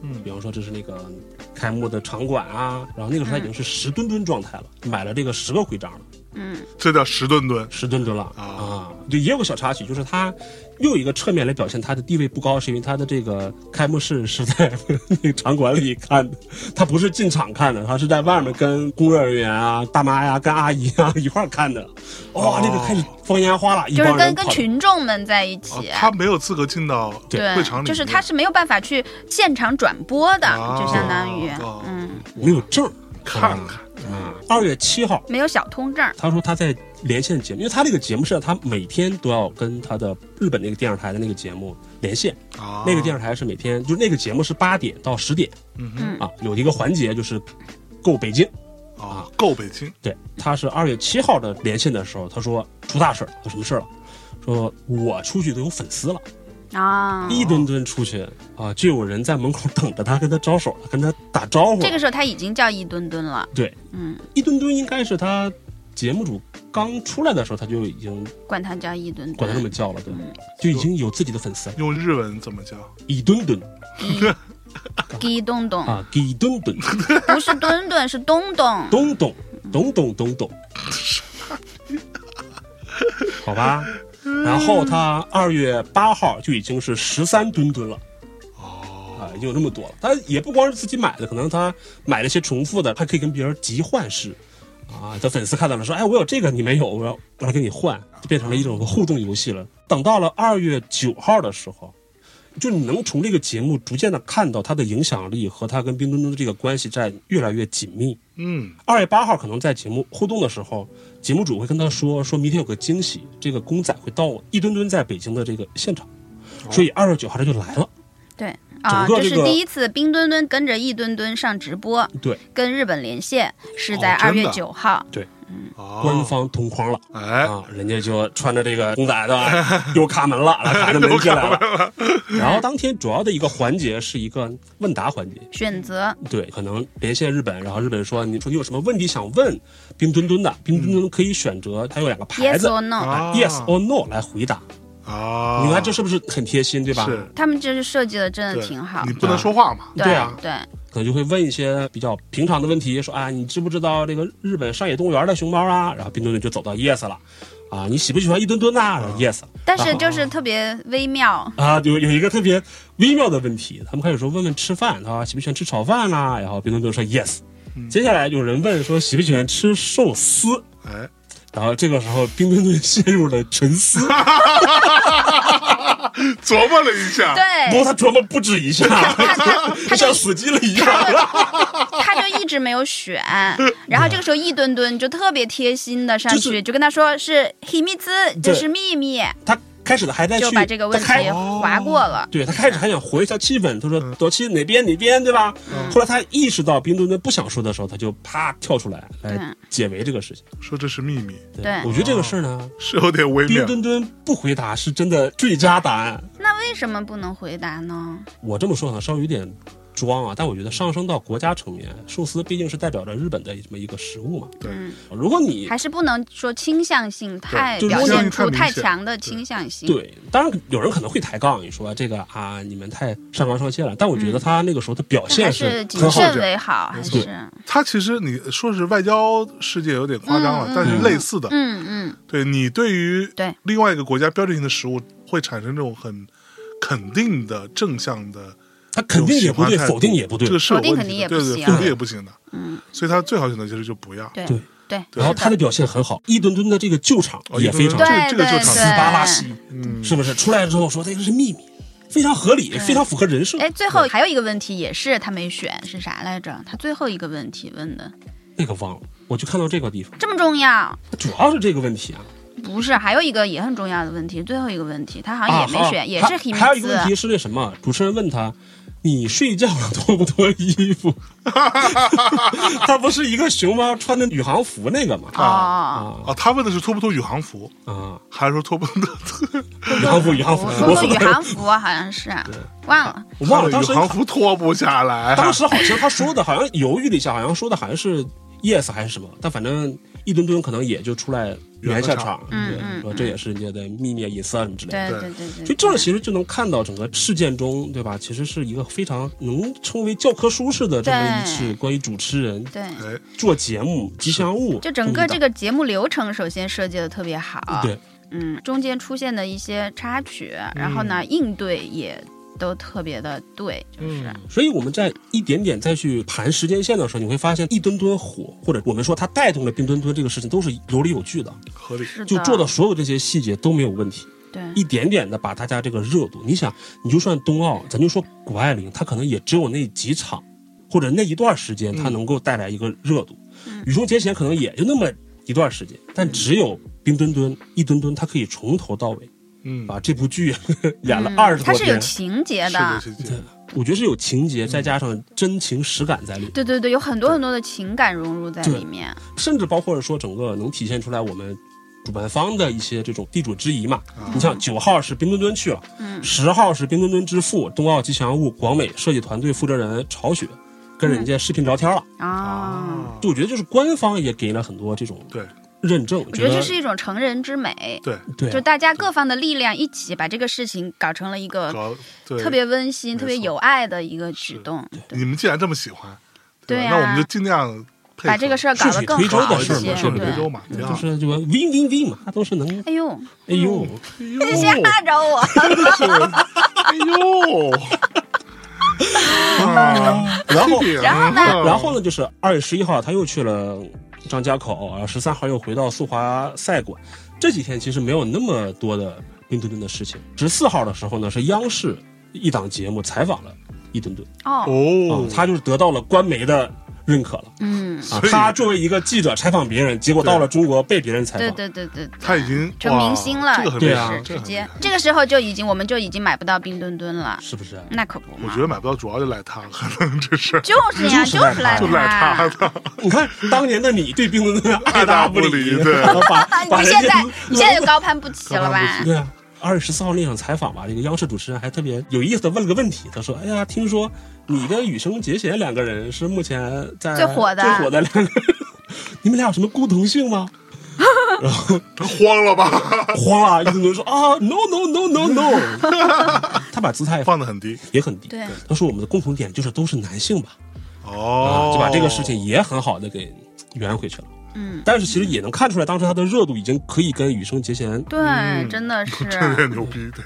S4: 嗯
S3: 比方说这是那个开幕的场馆啊，然后那个时候它已经是十吨吨状态了，买了这个十个徽章了，
S2: 嗯，
S4: 这叫石墩墩。
S3: 十吨吨了
S4: 啊
S3: 啊，就也有个小插曲，就是它又有一个侧面来表现它的地位不高，是因为它的这个开幕式是在那个场馆里看的，它不是进场看的，它是在外面跟工作人员啊、大妈呀、跟阿姨啊一块儿看的，哇，
S4: 哦
S3: 那个开始放烟花了，一
S2: 就是
S3: 帮
S2: 跟
S3: 人
S2: 跟
S3: 跑
S2: 群众们在一
S4: 哦
S2: 起，，
S4: 他没有资格进到
S2: 对
S4: 会场，里面，
S2: 就是他是没有办法去现场转播的，
S4: 啊
S2: 就相当于
S4: 哦，
S2: 嗯，
S3: 没有证儿，
S4: 看看
S3: 啊。二月七号，
S2: 没有小通证。
S3: 他说他在连线节目，因为他这个节目是他每天都要跟他的日本那个电视台的那个节目连线，
S4: 啊，
S3: 那个电视台是每天就是那个节目是八点到十点
S4: 嗯哼
S2: 嗯
S3: 啊，有一个环节就是够北京。
S4: 啊，够北京
S3: 对，他是二月七号的连线的时候，他说出大事儿了，有什么事儿了？说我出去都有粉丝了，
S2: 啊，
S3: 一吨吨出去啊，就有人在门口等着他，跟他招手了，跟他打招呼了。
S2: 这个时候他已经叫一吨吨了，
S3: 对，
S2: 嗯，
S3: 一吨吨应该是他节目组刚出来的时候，他就已经
S2: 管他叫一吨
S3: 管他这
S2: 吨，
S3: 么叫了，对吧，
S2: 嗯
S3: 就已经有自己的粉丝了，
S4: 用日文怎么叫？
S3: 一吨吨
S2: 一东东，
S3: 啊，给吨吨，
S2: 不是墩墩，是东东。
S3: 咚咚咚咚咚咚，好吧。然后他二月八号就已经是十三吨吨了。啊，已经有那么多了，他也不光是自己买的，可能他买了一些重复的，还可以跟别人急换式，啊，他粉丝看到了说，哎，我有这个你没有，我要我来跟你换，就变成了一种互动游戏了。等到了二月九号的时候，就你能从这个节目逐渐的看到它的影响力和它跟冰墩墩的这个关系在越来越紧密。
S4: 嗯，
S3: 二月八号可能在节目互动的时候，节目组会跟他说说明天有个惊喜，这个公仔会到一吨吨在北京的这个现场，所以二月九号他就来了。
S2: 对
S3: 整
S2: 啊，
S3: 个这
S2: 这是
S3: 个
S2: 第一次冰墩墩跟着一墩墩上直播，
S3: 对，
S2: 跟日本连线，是在
S4: 哦
S2: 二
S4: 真
S2: 月
S4: 的
S2: 九号。
S4: 哦
S3: 官方同框了。
S4: 哎，
S3: 啊，人家就穿着这个公仔的， 又卡门了，卡着门进来了。然后当天主要的一个环节是一个问答环节，
S2: 选择
S3: 对，可能连线日本，然后日本说你说你有什么问题想问冰墩墩的，冰墩墩可以选择，它有两个牌
S2: 嗯 yes
S3: 子
S2: or no，
S4: 啊
S3: 啊，yes or no 来回答。
S4: 啊，
S3: 你看这是不是很贴心，对吧？
S4: 是
S2: 他们这是设计的真的
S4: 对
S2: 嗯挺好
S4: 你。不能说话嘛？
S3: 对啊
S2: 对，
S3: 可能就会问一些比较平哎常的问题，说啊，你知不知道这个日本上野动物园的熊猫啊？然后冰墩墩就走到 yes 了，啊，你喜不喜欢一吨吨呐、？Yes。
S2: 嗯但是就是特别微妙，
S3: 啊，有有一个特别微妙的问题，他们开始说问问吃饭啊，喜不喜欢吃炒饭呐、然后冰墩墩说 yes，、接下来有人问说喜不喜欢吃寿司，
S2: 嗯
S4: 哎，
S3: 然后这个时候冰墩墩陷入了沉思，
S4: 哎琢磨了一下，
S3: 不过
S2: 对，
S3: 他琢磨不止一 下，就像死机了一样。
S2: 他就一直没有选。然后这个时候一墩墩就特别贴心的上
S3: 就是
S2: 去就跟他说是 himiz，就是秘密，
S3: 他开始还在去
S2: 就把这个问
S3: 他开哦
S2: 题划过了。
S3: 对他开始还想活跃一下气氛，他说
S4: 嗯
S3: 多去哪边哪边，对吧？后来他意识到冰墩墩不想说的时候，他就啪跳出来来
S2: 对
S3: 解围这个事情。
S4: 说这是秘密，
S3: 对
S2: 对
S3: 我觉得这个事儿呢，
S4: 是有点微
S3: 冰
S4: 妙。
S3: 墩墩不回答是真的最佳答案。
S2: 那为什么不能回答呢？
S3: 我这么说可能稍微有点装啊，但我觉得上升到国家层面，寿司毕竟是代表着日本的这么一个食物嘛。
S4: 对
S2: 嗯
S3: 如果你
S2: 还是不能说倾向性太
S3: 就是
S2: 表现出
S4: 倾向
S2: 太
S4: 性太明显
S2: 强的倾向性。
S3: 对，当然有人可能会抬杠，你说这个啊，你们太上纲上线了。但我觉得他那个时候的表
S2: 嗯还
S3: 现
S2: 是
S3: 很
S2: 谨
S3: 好
S2: 慎
S3: 的，
S2: 为好，还
S3: 错
S2: 是
S4: 他其实你说是外交世界有点夸张了，
S2: 嗯嗯
S4: 但是类似的，
S2: 嗯嗯，
S4: 对你对于
S2: 对
S4: 另外一个国家标志性的食物会产生这种很肯定的正向的，
S3: 他肯定也不对，否定也不对
S4: 这。个是有
S2: 否定
S4: 问
S2: 肯定
S4: 题
S2: 也
S4: 的，对
S2: 不
S4: 对，
S2: 行啊
S4: 否定也不行的。
S2: 嗯，
S4: 所以他最好选择其实就不要。
S2: 对
S3: 对
S2: 对，
S3: 然后他的表现很好，一吨吨的这个救场
S4: 哦
S3: 也非常
S4: 这
S2: 对
S4: 这个就
S2: 对
S3: 斯
S4: 场次
S3: 巴拉
S2: 对。
S3: 西，
S4: 嗯，
S3: 是不是？出来之后说这个是秘密，非常合理，非常符合人设。
S2: 哎，最后还有一个问题也是他没选，是啥来着？他最后一个问题问的
S3: 那个忘了，我就看到这个地方，
S2: 这么重要，
S3: 主要是这个问题啊。
S2: 不是？还有一个也很重要的问题，最后一个问题他好像
S3: 啊，
S2: 也没
S3: 好
S2: 选，也
S3: 还
S2: 是黑米
S3: 还有一个问
S2: 兹
S3: 题。是那什么，主持人问他，你睡觉了脱不脱衣服？ 他不是一个熊猫穿的宇航服那个吗？
S2: 哦，
S3: 啊
S4: 啊，他问的是脱不脱宇航服，
S3: 啊，
S4: 还是说脱不脱？
S3: 宇航服，宇航服，
S2: 我说
S3: 嗯我
S2: 过宇
S3: 说啊
S2: 航服好像是忘了，
S3: 我忘了
S4: 他
S3: 当
S4: 宇
S3: 时
S4: 航服脱不下来。
S3: 当时好像他说的，好像犹豫了一下，好像说的好像是 yes 还是什么，但反正一吨吨可能也就出来圆下场，
S2: 嗯
S3: 对
S2: 嗯
S3: 说这也是人家的秘密隐私啊之类的。
S2: 对对
S4: 对
S2: 对
S3: 所以
S2: 对，
S3: 这样其实就能看到整个事件中，对吧？其实是一个非常能称为教科书式的这么一次关于主持人
S2: 对，
S4: 哎，
S3: 做节目吉祥物，
S2: 就整个这
S3: 么
S2: 个节目流程首先设计的特别好，
S3: 一档嗯对嗯
S2: 嗯，中间出现的一些插曲，然后呢，应对也都特别的对，就是、
S3: 所以我们在一点点再去盘时间线的时候，你会发现一吨吨火，或者我们说它带动了冰墩墩这个事情，都是有理有据的，
S4: 合理。
S2: 是的，
S3: 就做的所有这些细节都没有问题，
S2: 对，
S3: 一点点的把大家这个热度，你想，你就算冬奥，咱就说谷爱凌，她可能也只有那几场或者那一段时间，她能够带来一个热度，
S2: 嗯
S3: 羽生结弦可能也就那么一段时间，但只有冰墩墩一墩墩，她可以从头到尾
S4: 嗯，
S3: 把这部剧 演了
S2: 嗯
S3: 二十
S2: 它
S3: 多
S2: 是有
S3: 遍。
S2: 情嗯节
S4: 是的，
S2: 的，
S4: 谢谢。
S3: 我觉得是有情节，再加上真情实感在里面，
S2: 对对对，有很多很多的情感融入在里面，
S3: 甚至包括说整个能体现出来我们主办方的一些这种地主之谊嘛。你像九号是冰墩墩去了，
S2: 嗯
S3: 十号是冰墩墩之父冬奥吉祥物广美设计团队负责人曹雪。跟人家视频聊天了，
S2: 啊。
S3: 就我觉得就是官方也给了很多这种
S4: 对
S3: 认证，
S2: 我觉得这是一种成人之美，
S4: 对，
S3: 对啊
S2: 就大家各方的力量一起把这个事情搞成了一个
S4: 主要对
S2: 特别温馨、
S4: 没错
S2: 特别有爱的一个举动，对
S4: 你们既然这么喜欢，吧
S2: 对啊
S4: 那我们就尽量配合
S2: 把这个事儿搞
S3: 顺
S2: 得
S3: 水
S2: 更
S3: 推舟
S2: 好
S3: 的
S2: 一
S3: 事儿嘛，
S2: 些，
S3: 顺
S4: 顺
S3: 水
S4: 水
S3: 推
S4: 推
S3: 舟
S2: 对。
S4: 舟
S3: 嘛
S4: 嘛，
S3: 对
S4: 挺
S3: 就
S4: 好
S3: 是就 win win win 嘛，它都是能，
S2: 哎呦，
S3: 哎呦，
S2: 嗯
S4: 哎呦，
S2: 吓着我！
S4: 哎呦，啊，
S3: 然后
S2: 然后
S4: 哎
S2: 呢
S4: 嗯
S3: 然后呢，就是二月十一号他又去了张家口，然后十三号又回到速滑赛馆。这几天其实没有那么多的冰墩墩的事情。十四号的时候呢，是央视一档节目采访了一墩墩，
S2: 哦，
S3: 啊
S4: 哦，，
S3: 他就是得到了官媒的认可了。
S2: 嗯，
S3: 啊
S4: 所，以
S3: 他作为一个记者采访别人，结果到了中国被别人采
S2: 对
S3: 访，
S2: 对对对，对
S4: 他已经
S2: 成
S4: 哇
S2: 明星了，
S4: 这个很
S3: 对
S4: 厉
S3: 啊
S4: 害，
S2: 就是直
S4: 这个很厉
S2: 接
S4: 害。
S2: 这个时候就已经，我们就已经买不到冰墩墩了，
S3: 是不是？啊
S2: 那可不
S4: 我
S2: 嘛
S4: 觉。得买不到，主要就赖他，可能这事儿
S2: 就是呀，
S3: 就是
S2: 就是
S3: 赖
S2: 赖
S4: 嗯就赖他的。
S3: 你看当年的你对冰墩墩爱
S4: 爱
S3: 答
S4: 答
S3: 不
S4: 不
S3: 理，
S4: 理对
S3: 然后 把
S2: 啊
S3: 把
S2: 你
S3: 人家
S2: 现在 你现在就高攀不起了吧？
S3: 对啊，二月十四号那场采访吧，这个央视主持人还特别有意思的问了个问题，他说：“哎呀，听说你跟羽生结弦两个人是目前在
S2: 最火的
S3: 最火的两个人， 你们俩有什么共同性吗
S4: 他慌了吧？？”
S3: 哗，一顿顿说：“啊，no no no no no。”他把姿态放
S4: 放得很低
S3: 也很低。
S2: 对，
S3: 他说：“我们的共同点就是都是男性吧？”啊
S4: 哦，
S3: 就把这个事情也很好的给圆回去了。
S2: 嗯，
S3: 但是其实也能看出来，当时它的热度已经可以跟羽生结弦
S2: 对，真的是
S4: 这点牛逼，对，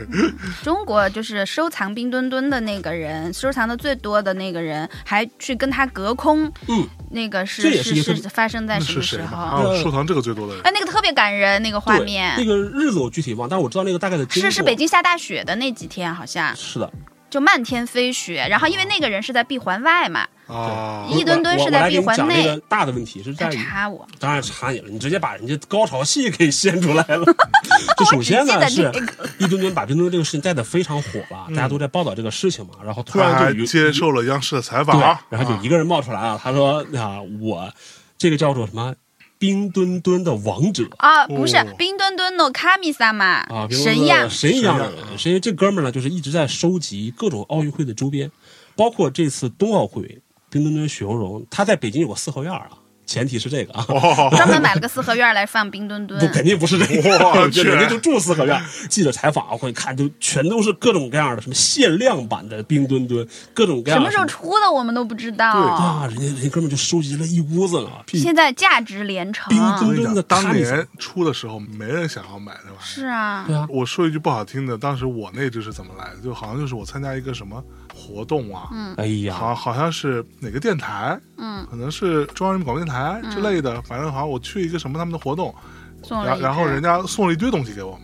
S2: 中国就是收藏冰墩墩的那个人，收藏的最多的那个人，还去跟他隔空，
S3: 嗯，
S2: 那个是
S3: 这也是一
S2: 是
S3: 个
S2: 是发生在
S4: 那
S2: 什么
S4: 是谁
S2: 时
S4: 呢？
S2: 候？
S4: 啊，收藏这个最多的人，
S2: 哎，那个特别感人，那个画
S3: 对
S2: 面、
S3: 那个日子我具体忘，但是我知道那个大概的经过
S2: 是是北京下大雪的那几天，好像
S3: 是的，
S2: 就漫天飞雪。然后
S3: 哦
S2: 因为那个人是在闭环外嘛，
S4: 啊，
S2: 一墩墩
S3: 我
S2: 是
S3: 我
S2: 在
S3: 来
S2: 闭
S3: 给你
S2: 环
S3: 讲这
S2: 内
S3: 个，大的问题是
S2: 他
S3: 在于，
S2: 查我，
S3: 当然查你了，你直接把人家高潮戏给 掀出来 了。就首先
S2: 我
S3: 呢
S2: 只记
S3: 是
S2: 得这个
S3: 一墩墩把冰墩墩这个事情带的非常火了，大家都在报道这个事情嘛，然后突
S4: 嗯他
S3: 然
S4: 还
S3: 就有
S4: 接受了央视的采访
S3: 对，，然后
S4: 啊
S3: 有一个人冒出来啊，他说啊，我这个叫做什么冰墩墩的王者
S2: 啊，不是、
S4: 哦
S2: 冰墩墩的卡米萨嘛
S3: 啊，，比如说
S2: 神样。
S3: 神一样的
S4: 神一
S3: 人，所以这哥们儿呢，就是一直在收集各种奥运会的周边，包括这次冬奥会冰墩墩雪容融，他在北京有个四合院儿啊，前提是这个啊。
S4: 哦，
S2: 专门买了个四合院来放冰墩
S3: 不，
S2: 墩，
S3: 肯定啊不是这个，
S4: 哇
S3: 人
S4: 居然
S3: 家就住四合院。记者采访啊，会看就全都是各种各样的什么限量版的冰墩墩，各种各
S2: 什
S3: 样
S2: 么
S3: 的
S2: 时候出的我们都不知道。
S3: 啊？人家人家哥们就收集了一屋子了，屁
S2: 现在价值连城，
S3: 冰墩
S4: 我跟你
S3: 墩
S4: 讲
S3: 的，
S4: 当
S3: 咖喱
S4: 年出的时候没人想要买这玩意儿。
S2: 是啊
S3: 对，啊，
S4: 我说一句不好听的，当时我那只是怎么来的？就好像就是我参加一个什么活动啊，
S3: 哎呀，
S4: 好好像是哪个电台，
S2: 嗯，
S4: 可能是中央人民广播电台之类的，反正好像我去一个什么他们的活动，
S2: 送了
S4: 然
S2: 一
S4: 然后
S2: 只
S4: 人家送了一堆东西给我们，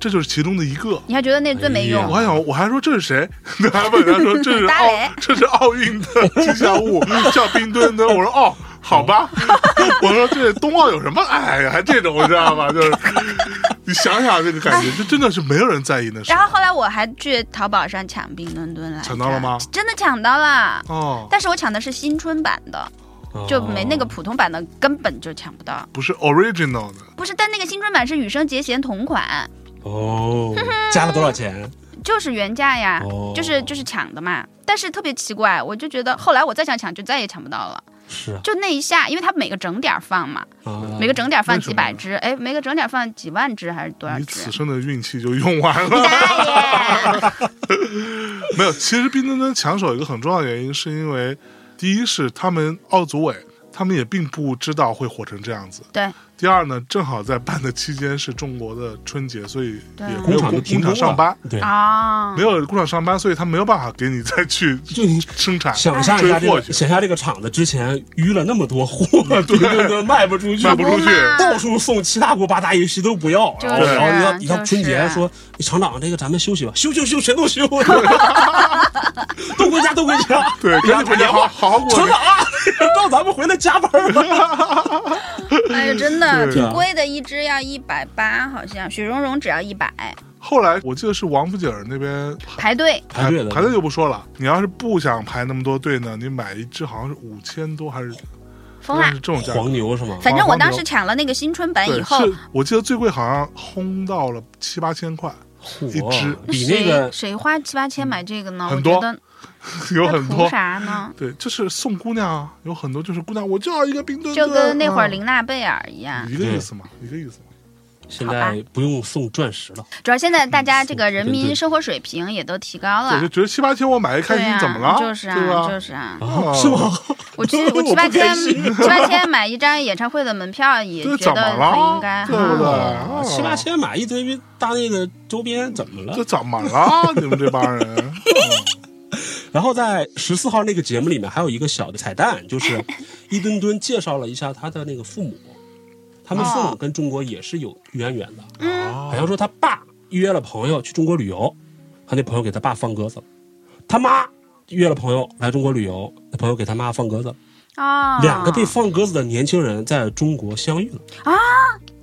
S4: 这就是其中的一个。
S2: 你还觉得那最没
S3: 哎
S2: 用
S3: 呀
S4: 我还想，我还说这是谁？ 对，还问他说这是
S2: 大
S4: 奥
S2: 磊，
S4: 这是奥运的吉祥物，叫冰墩墩。我说哦，好吧。 我说这冬奥有什么？哎呀，还这种你知道吧？就是 你想想这个感觉，这真的是没有人在意那事
S2: 然。后后来我还去淘宝上抢冰墩墩来着，
S4: 抢到了吗
S2: 真的抢到了，
S4: 哦，
S2: 但是我抢的是新春版的，
S3: 啊
S2: 就没那个普通版的根本就抢不到。
S4: 不是 original 的，
S2: 不是，但那个新春版是羽生结弦同款，
S3: 哦，加了多少钱？
S2: 就是原价呀，
S3: 哦
S2: 就是就是抢的嘛。但是特别奇怪，我就觉得后来我再想抢，就再也抢不到了。
S3: 是啊
S2: 就那一下，因为它每个整点儿放嘛，
S3: 啊，
S2: 每个整点儿放
S4: 哦为什么
S2: 几
S4: 呢
S2: 百只，哎，每个整点儿放几万只还是多少
S4: 你
S2: 只
S4: 此？生的运气就用完了。
S2: 大爷，
S4: 没有，其实冰墩墩抢手一个很重要的原因，是因为第一是他们奥组委，他们也并不知道会火成这样子。
S2: 对，
S4: 第二呢，正好在办的期间是中国的春节，所以
S2: 对
S4: 也没
S3: 工
S4: 有
S3: 厂
S4: 工
S3: 都停
S4: 厂
S3: 工
S4: 上
S3: 了
S4: 班，，
S3: 对，
S2: 啊，
S4: 没有工厂上班，所以他没有办法给你再去
S3: 就你
S4: 生产
S3: 想象一
S4: 追
S3: 下这
S4: 货
S3: 个，
S4: 去，嗯
S3: 想象这个厂子之前淤了那么多货， 冰墩墩卖不出去，
S4: 卖不 出去
S2: 不。嘛
S3: 到处送七大姑八大姨，谁都不要。
S2: 啊就是啊
S3: 然后然后一到
S2: 就是
S3: 一到春节说，哎厂长这个咱们休息吧，休休休，全都休，都回家都回 家。
S4: 对，赶
S3: 然后
S4: 紧回家好好好过
S3: 厂
S4: 年。
S3: 长啊， 到咱们回来加班 吧。
S2: 哎呀，真的
S4: 对
S2: 挺贵的，一只要一百八，好像雪融融只要一百，
S4: 后来我记得是王府井那边
S2: 排队
S3: 排队的
S4: 排队就不说了，你要是不想排那么多队呢，你买一只好像是五千多还是
S2: 疯了
S4: 是。这种价格
S3: 黄。牛是吗？
S2: 反正我
S4: 嗯黄牛
S2: 当时抢了那个新春版以
S4: 对，
S2: 后，
S4: 是我记得最贵好像轰到了七八千块，一
S3: 嚯
S4: 只
S3: 比那个
S2: 谁谁花七八千买这个呢？
S4: 很
S2: 我
S4: 多
S2: 觉得
S4: 有
S2: 那
S4: 很
S2: 图
S4: 多。
S2: 啥 呢？
S4: 对，就是送姑娘啊，有很多就是姑娘，我就要一个冰墩
S2: 就
S4: 墩，
S2: 跟那会儿
S4: 嗯
S2: 玲娜贝尔一样，
S4: 一个意思嘛，一个意思嘛。
S3: 现
S2: 好
S3: 在不用送钻石了，
S2: 主要现在大家这个人
S3: 对
S2: 民
S3: 对
S2: 生活水平也都提高
S4: 我就
S2: 了，
S4: 觉得七八千我买一开
S2: 对
S4: 心
S2: 呀，
S4: 怎么了？
S2: 就是
S4: 对
S2: 啊，
S4: 吧？
S2: 就是 啊。
S3: 啊 是吗？
S2: 我其实我七
S3: 我不
S2: 八千
S3: 开心
S2: 七八千买一张演唱会的门票也
S4: 这
S2: 觉
S4: 怎
S2: 得
S4: 么了
S2: 很应该
S4: 对不对
S2: 哈。
S4: 啊
S3: 七八千买一堆大那个周边怎么了
S4: 这？怎么了？你们这帮人， 嗯
S3: 然后在十四号那个节目里面还有一个小的彩蛋，就是 一墩墩介绍了一下他的那个父母，他们
S2: 哦
S3: 父母跟中国也是有渊源的，好像说他爸约了朋友去中国旅游，他那朋友给他爸放鸽子了，他妈约了朋友来中国旅游，他朋友给他妈放鸽子了，
S2: 啊，
S3: 两个被放鸽子的年轻人在中国相遇了，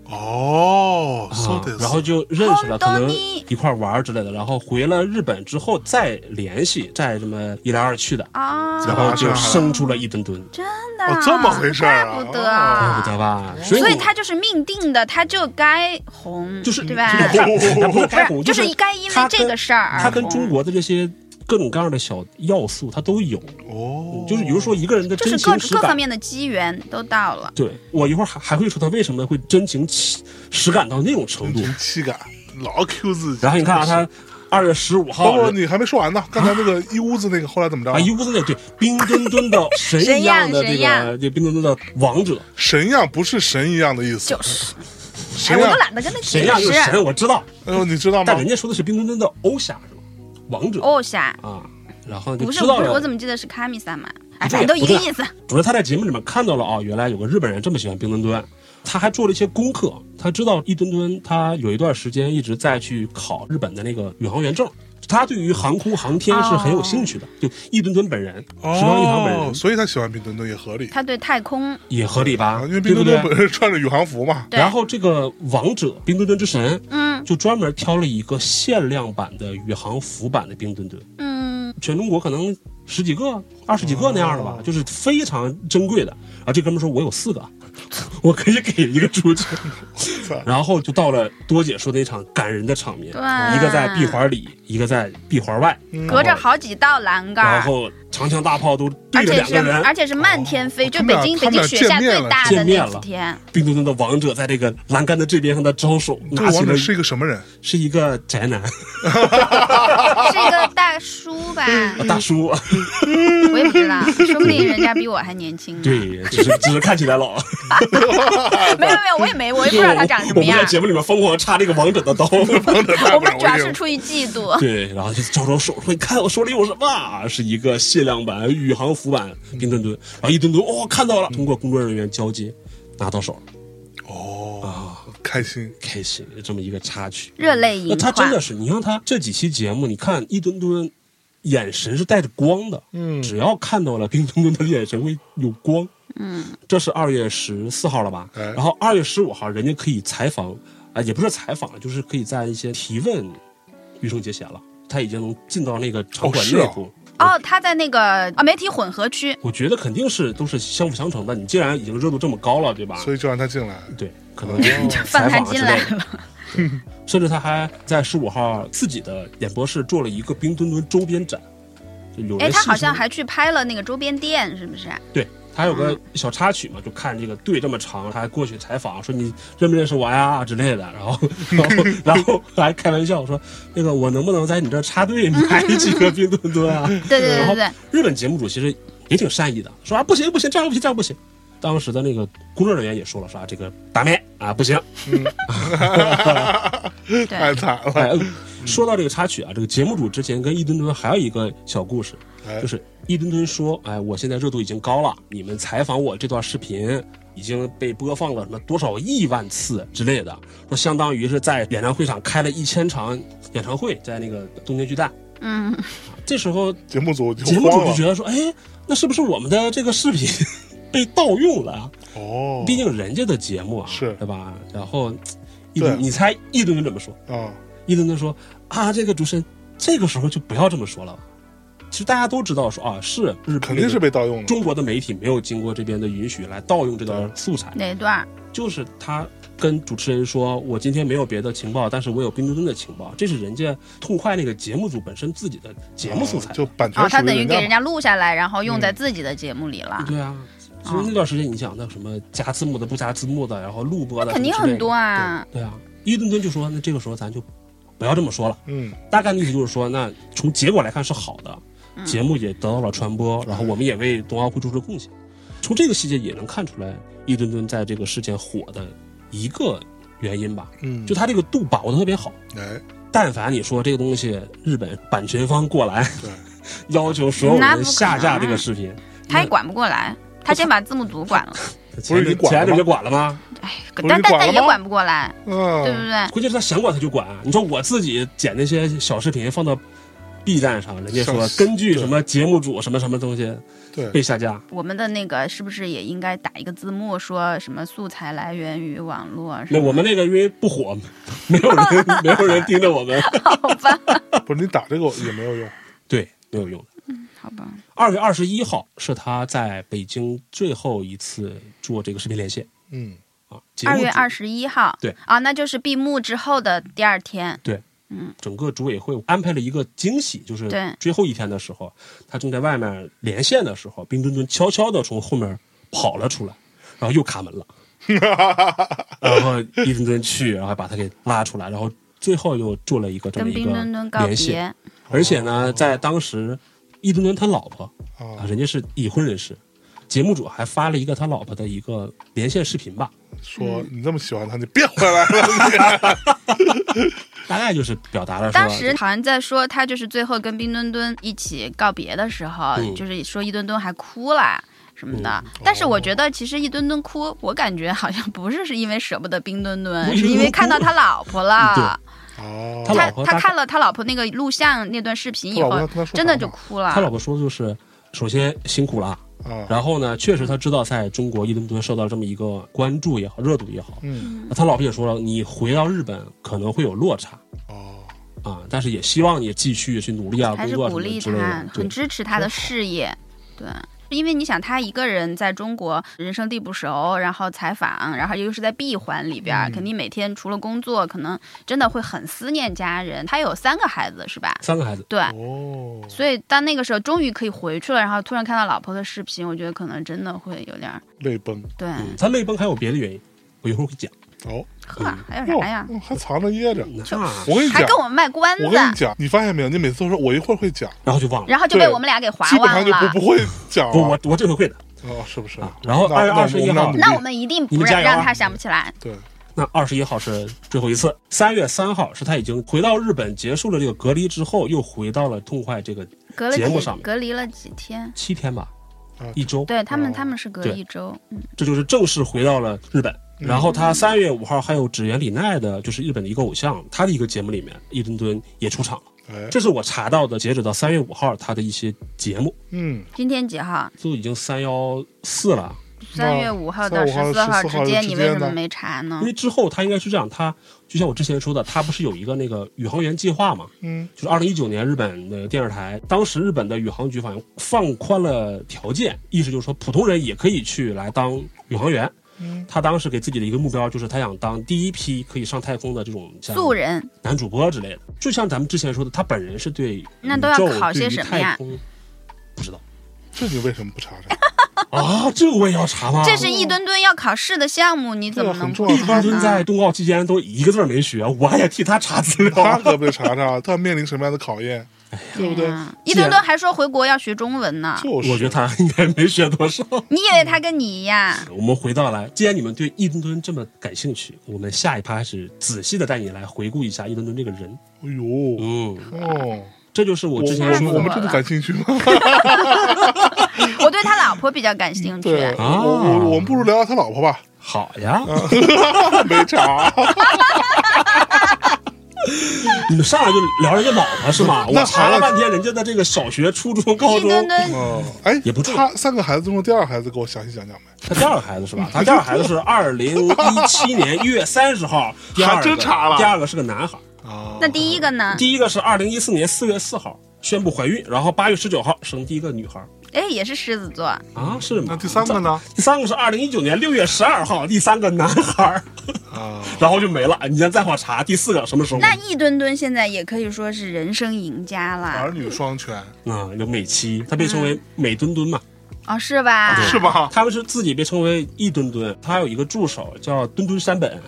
S4: 哦
S3: 啊
S4: ，so this，
S3: 然后就认识了，可
S2: 好多
S3: 能
S2: 咪
S3: 一块玩儿之类的，然后回了日本之后再联系，再这么一来二去的。
S2: 啊，
S3: 然后就生出了一墩墩，
S2: 真的
S4: 哦这么回事儿啊
S2: 怪不得，
S3: 怪不得吧？所
S2: 所以
S3: 我
S2: 他就是命定的，他就该红，
S3: 就是
S2: 对吧？
S3: 他不是开
S2: 不
S3: 红，
S2: 是，就是是该因为
S3: 他跟
S2: 这个事儿而
S3: 他跟
S2: 红
S3: 中国的这些各种各样的小要素，他都有。
S4: 哦，
S3: 就是比如说一个人的
S2: 就
S3: 真
S2: 是各
S3: 情实
S2: 各方
S3: 感，
S2: 面的机缘都到了，
S3: 对我一会儿还还会说他为什么会真情实感到那种程度
S4: 零。七感，老 Q 自己。
S3: 然后你看啊，他二月十五号
S4: 包括你还没说完呢，刚才那个一屋子那个后来怎么 着
S3: 啊，？一屋子那对冰墩墩的神一样的这
S2: 神样神
S3: 个这冰墩墩的王者，
S4: 神样不是神一样的意思
S2: 就，是，哎，
S4: 神
S2: 我
S4: 样
S2: 都，懒得跟他解
S3: 神一样就是
S2: 释。
S3: 神，我知道，
S4: 哎呦，你知道吗
S3: 但？人家说的是冰墩墩的欧侠是吧？王者
S2: 哦，下
S3: 啊，然后就
S2: 不是
S3: 知道
S2: 不是，我
S3: 了
S2: 怎。么记得是卡米萨嘛？哎，
S3: 不是
S2: 反正都一个
S3: 不是
S2: 意思。
S3: 主要他在节目里面看到了啊，原来有个日本人这么喜欢冰墩墩，他还做了一些功课，他知道一墩墩他有一段时间一直在去考日本的那个宇航员证。他对于航空航天是很有兴趣的，就一墩墩本人，石方一堂本
S4: 哦，
S3: 人
S4: 所以他喜欢冰墩墩也合理
S2: 他对太空
S3: 也合理吧
S4: 啊，？因为
S3: 对不
S4: 冰墩
S3: 对
S4: 墩？本身穿着宇航服嘛。
S2: 对
S3: 然后这个王者冰墩墩之神，
S2: 嗯
S3: 就专门挑了一个限量版的宇航服版的冰墩墩，
S2: 嗯，
S3: 全中国可能十几个、二十几个那样的吧，
S4: 哦
S3: 就是非常珍贵的。啊，这哥们说我有四个， 我可以给一个出 去。然后就到了多姐说的那场感人的场面，
S2: 对
S3: 一个在闭环里，一个在闭环外，
S4: 嗯
S2: 隔着好几道栏杆
S3: 然
S2: 儿，
S3: 后长枪大炮都对
S2: 而
S3: 着
S2: 且
S3: 两
S2: 是
S3: 个人。
S2: 而且是漫天飞，就
S4: 他们
S2: 北
S4: 俩
S2: 京
S4: 哦
S2: 北
S4: 他们
S2: 京
S4: 俩
S2: 雪下
S4: 见面
S2: 最
S4: 了
S2: 大
S3: 见
S2: 的
S3: 面
S2: 那几
S3: 了
S2: 天，
S3: 冰墩墩的王者在这个栏杆的这边向他招手，
S4: 这
S3: 拿
S4: 个
S3: 起
S4: 王
S3: 了
S4: 者是一个 什么人？
S3: 是一个宅男
S2: 是一个大叔 吧？
S4: 嗯
S3: 大叔，啊
S2: 我也不知道，说不定人家比我还年轻呢。
S3: 对，只是只是看起来老。
S2: 没有没有，我也没，我也不知道他长什么
S3: 我们
S2: 样
S3: 在。节目里面疯狂插这个王者的刀。
S2: 我们主要是出于嫉妒。
S3: 对，然后就招招手，说你看我手里有什么啊？是一个限量版宇航服版冰墩墩，然后一墩墩哦看到了，通过工作人员交接拿到手了，啊
S4: 哦，开心。
S3: 开心这么一个插曲。
S2: 热泪
S3: 那
S2: 盈
S3: 他真
S2: 眶
S3: 的，是，你看他这几期节目，你看一墩墩眼神是带着光的，
S4: 嗯
S3: 只要看到了冰墩墩，他的眼神会有光。
S2: 嗯，
S3: 这是二月十四号了吧？
S4: 哎
S3: 然后二月十五号，人家可以采访，啊、也不是采访，就是可以在一些提问余承杰贤了，他已经能进到那个场
S4: 哦
S3: 馆
S4: 是
S3: 内
S4: 啊
S3: 部。
S2: 哦，他在那个啊媒体混合区，
S3: 我觉得肯定是都是相辅相成的。你既然已经热度这么高了，对吧？
S4: 所以就哦让他进 来。
S3: 对，可能就
S2: 放
S3: 采
S2: 他
S3: 访啊
S2: 进
S3: 之
S2: 来
S3: 类的。
S2: 了。
S3: 甚至他还在十五号自己的演播室做了一个冰墩墩周边展，就有
S2: 哎，
S3: 人
S2: 他
S3: 戏
S2: 好像
S3: 称
S2: 还去拍了那个周边店，是不是？
S3: 对，他有个小插曲嘛，就看这个队这么长，他还过去采访，说你认不认识我呀之类的，然后然后然后还开玩笑说那个我能不能在你这儿插
S2: 嗯
S3: 队买几个冰墩墩啊？
S2: 对对
S3: 然
S2: 对
S3: 后
S2: 对对，
S3: 日本节目组其实也挺善意的，说啊不行不行，这样不行这样不行。当时的那个工作人员也说了，说啊这个打面啊不行。
S4: 太惨
S3: 哎
S4: 了，，
S3: 说到这个插曲啊，这个节目组之前跟一墩墩还有一个小故事，
S4: 哎
S3: 就是一墩墩说，哎，我现在热度已经高了，你们采访我这段视频已经被播放了什么多少亿万次之类的，说相当于是在演唱会上开了一千场演唱会，在那个东京巨蛋。
S2: 嗯，
S3: 这时候
S4: 节目组就
S3: 节目
S4: 慌
S3: 组就
S4: 了。
S3: 觉得说，哎，那是不是我们的这个视频 被盗用了啊？
S4: 哦，
S3: 毕竟人家的节目啊，
S4: 是
S3: 对吧？然后，一
S4: 对
S3: 墩，你猜一墩墩怎么说？
S4: 啊，
S3: 伊顿顿说啊，这个主持人这个时候就不要这么说了。其实大家都知道说啊，是日
S4: 肯定是被盗用的。
S3: 中国的媒体没有经过这边的允许来盗用这段素材，
S2: 哪一段儿？
S3: 就是他跟主持人说，我今天没有别的情报，但是我有冰墩墩的情报，这是人家痛快那个节目组本身自己的节目素材。
S4: 就版权
S2: 哦，他
S4: 属
S2: 等
S4: 于
S2: 于给人
S4: 人
S2: 家
S4: 家嘛。
S2: 录下来，然后用在自己的节目里了。
S3: 对啊，所以那段时间你想，那什么加字幕的、不加字幕的，然后录播的，
S2: 肯定
S3: 什么之类的
S2: 很多。啊，
S3: 对啊，伊顿顿就说，那这个时候咱就不要这么说了。
S4: 嗯，
S3: 大概的意思就是说，那从结果来看是好
S4: 嗯
S3: 的，节目也得到了传播，然后我们也为冬奥会做出了贡献。从这个细节也能看出来，一墩墩在这个事件火的一个原因吧，
S4: 嗯
S3: 就他这个度把握的特别好。
S4: 哎，
S3: 但凡你说这个东西，日本版权方过来
S4: 对，
S3: 要求所有
S2: 那不可
S3: 人
S2: 能
S3: 下架这个视频，
S2: 他也管不过来，他先把字幕组管了，
S3: 前
S4: 不是你啊
S3: 阵
S4: 管
S3: 前
S4: 了吗
S3: 阵就管了吗？
S4: 不
S2: 但
S4: 是
S2: 但
S4: 你管了
S2: 但也
S4: 吗
S2: 管不过来，对不
S4: 嗯，
S2: 对？
S3: 关键是他想管他就管。啊你说我自己剪那些小视频放到 B 站上，人家说
S4: 上
S3: 根据什么节目组什么什么东西
S4: 对，
S3: 被下架，
S2: 我们的那个是不是也应该打一个字幕，说什么素材来源于网络？是
S3: 那
S2: 吧
S3: 我们那个因为不火， 没有人没有人盯着我们，
S4: 不是你打这个也没有用。
S3: 对，没有用的。
S2: 好吧，
S3: 二月二十一号是他在北京最后一次做这个视频连线
S4: 嗯，
S3: 啊，节目
S2: 二
S3: 组
S2: 月二十一号，
S3: 对
S2: 啊，那就是闭幕之后的第二天，
S3: 整个组委会安排了一个惊喜，就是
S2: 对
S3: 最后一天的时候，他正在外面连线的时候，冰墩墩悄悄的从后面跑了出来，然后又卡门了，然后一墩墩去，然后把他给拉出来，然后最后又做了一个这么
S2: 跟
S3: 一
S2: 冰墩墩
S3: 个
S2: 告
S3: 联系，
S2: 别，
S3: 而且呢，在当时，一墩墩他老婆
S4: 哦
S3: 啊，人家是已婚人士，节目组还发了一个他老婆的一个连线视频吧，
S4: 说你这么喜欢他，你别回来 了。
S3: 大概就是表达了说，
S2: 当时好像在说他就是最后跟冰墩墩一起告别的时候，
S3: 嗯
S2: 就是说一墩墩还哭了。什么的，但是我觉得其实一墩墩哭，我感觉好像不是是因为舍不得冰墩
S3: 不
S2: 墩，
S3: 是
S2: 是因
S3: 因为
S2: 为看到他老 婆了。
S4: 哦，
S3: 他
S2: 他
S3: 老婆
S2: 他
S3: 大概
S2: 看了他老婆那个录像那段视频以
S4: 他老
S2: 后
S4: 婆跟他说啥，
S2: 真的就哭了。
S3: 他老婆说的就是，首先辛苦了。
S4: 啊，
S3: 然后呢，确实他知道在中国一顿顿受到这么一个关注也好，热度也好，
S4: 嗯，
S3: 那他老婆也说了，你回到日本可能会有落差
S4: 哦，
S3: 啊，但是也希望你继续去努力啊，
S2: 还
S3: 工
S2: 是
S3: 作什
S2: 鼓
S3: 么
S2: 励
S3: 之类
S2: 他
S3: 的，，对
S2: 很，支持他的事业，对。因为你想，他一个人在中国人生地不熟，然后采访，然后又是在闭环里边儿，
S4: 嗯
S2: 肯定每天除了工作，可能真的会很思念家人。他有三个孩子是吧？
S3: 三个孩子，
S2: 对，
S4: 哦，
S2: 所以当那个时候终于可以回去了，然后突然看到老婆的视频，我觉得可能真的会有点儿
S4: 泪崩。
S2: 对，
S3: 嗯，他泪崩还有别的原因，我一会儿会讲。
S4: 哦，
S2: 呵，还有
S4: 哟
S2: 啥呀？
S4: 还藏着掖着。
S3: 那
S4: 我跟你
S2: 还
S4: 讲
S2: 跟，我们卖关
S4: 哦我跟你
S2: 子，
S4: 讲，你发现没有？你每次都说我一会儿会讲，
S3: 然后就忘了，
S2: 然后就被
S4: 对
S2: 我们俩给划
S4: 基本上
S2: 完
S4: 就
S2: 了
S4: 不。不会讲
S3: 不，我
S4: 了。
S3: 我这回会的。
S4: 哦，是不是
S3: 啊？然后
S4: 那
S3: 2月
S4: 那我
S3: 21
S4: 们
S3: 号
S4: 努力
S2: 那我们一定
S3: 你
S2: 不
S3: 们加
S2: 让
S3: 油啊
S2: 让他想不起来。
S4: 对，
S3: 那二十一号是最后一次，三月三号是他已经回到日本结束了这个隔离之后，又回到了痛快这个
S2: 隔了
S3: 节目
S2: 几
S3: 上面
S2: 隔离了几天？
S3: 七天吧
S4: 啊，
S3: 一周，
S2: 对他们，
S4: 哦
S2: 他们是隔
S3: 对
S2: 一周，嗯，
S3: 这就是正式回到了日本。然后他三月五号还有指原里奈的，就是日本的一个偶像，他的一个节目里面，一墩墩也出场了。
S4: 哎，
S3: 这是我查到的，截止到三月五号他的一些节目，
S4: 嗯，
S2: 今天几号？
S3: 都已经三幺四了。
S2: 三月五号到
S4: 3月
S2: 十
S4: 5
S2: 四
S4: 号
S2: 号
S4: 之
S2: 之间，
S4: 间
S2: 你为什么
S4: 呢
S2: 没查呢
S3: 因？为之后他应该是这样，他就像我之前说的，他不是有一个那个宇航员计划嘛，
S4: 嗯，
S3: 就是二零一九年日本的电视台，当时日本的宇航局好像放宽了条件，意思就是说普通人也可以去来当宇航员。
S4: 嗯
S3: 他当时给自己的一个目标就是他想当第一批可以上太空的这种像
S2: 素人
S3: 男主播之类的，就像咱们之前说的，他本人是对
S2: 那都要
S3: 宇宙
S2: 考些
S3: 对于
S2: 什么
S3: 太
S2: 呀
S3: 空？不知道
S4: 这你为什么不 查查？
S3: 啊，这个我也要查吗？
S2: 这是一吨吨要考试的项目，你怎么
S4: 对啊
S2: 能
S4: 很
S2: 不
S4: 重 要
S3: 一
S2: 查
S3: 般蹲在
S2: 呢？
S3: 冬奥期间都一个字儿没学，我还得替他查资
S4: 他
S3: 料。
S4: 可不得查查，他面临什么样的考验，对不对？
S2: 嗯一吨吨还说回国要学中文呢，
S4: 就是，
S3: 我觉得他应该没学多少。
S2: 你以为他跟你一样？
S3: 我们回到来，既然你们对易墩墩这么感兴趣，我们下一趴是仔细的带你来回顾一下易墩墩这个人。
S4: 哎呦，
S3: 嗯，
S4: 哦，
S3: 这就是我
S4: 我
S3: 之前
S4: 我
S3: 说
S4: 我
S3: 的
S4: 们真的感兴趣吗？
S2: 我对他老婆比较感兴趣，
S4: 对，
S3: 啊
S4: 我我我们不如聊聊他老婆吧，
S3: 好呀，
S4: 没查，
S3: 你们上来就聊人家老婆是吗？
S4: 那
S3: 我查了半天，人家的这个小学、初中、高
S2: 一
S3: 中，
S2: 吨吨
S4: 哦，哎，
S3: 也不错
S4: 他三个孩子中的第二孩子，给我详细讲讲呗。
S3: 他第二个孩子是吧？他第二个孩子是二零一七年一月三十号，第二个
S4: 还真查了
S3: 第二个是个男孩，
S4: 啊
S2: 那第一个呢？
S3: 第一个是二零一四年四月四号宣布怀孕，然后八月十九号生第一个女孩。
S2: 哎，也是狮子座，
S3: 啊，是吗？
S4: 那第三个呢？
S3: 第三个是二零一九年六月十二号，第三个男孩儿，
S4: 啊，
S3: 然后就没了。你先再往查，第四个什么时候？
S2: 那一吨吨现在也可以说是人生赢家
S4: 儿
S2: 了，
S4: 女双全
S3: 啊，有美妻，他被称为美墩墩嘛，
S2: 哦，是吧？
S4: 是吧？
S3: 他们是自己被称为一墩墩，他有一个助手叫墩墩山本，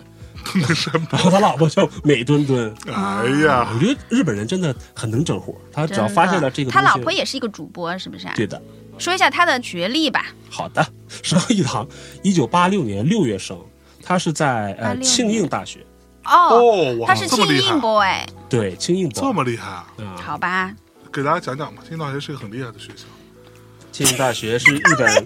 S4: 那什么？
S3: 然后他老婆叫美墩墩。
S4: 哎呀，
S3: 我觉得日本人真的很能整活，他只
S2: 啊真
S3: 要
S2: 的，
S3: 发现了这个东
S2: 他
S3: 西，
S2: 老婆也是一个主播，是不是啊？
S3: 对的。
S2: 说一下他的学历吧。
S3: 好的， 石刚一堂，一九八六年六月生，他是在
S2: 86
S3: 呃
S2: 年
S3: 庆应大学，
S2: 哦，
S4: 哦，哇
S2: 他是
S4: 这
S2: 庆
S4: 么厉
S2: 应
S4: 害，
S2: boy，
S3: 对庆应
S4: 这
S3: 博
S4: 么厉害啊，
S3: 啊，
S2: 哎好吧？
S4: 给大家讲讲吧。庆应大学是一个很厉害的学校，
S3: 庆应大学是日 本，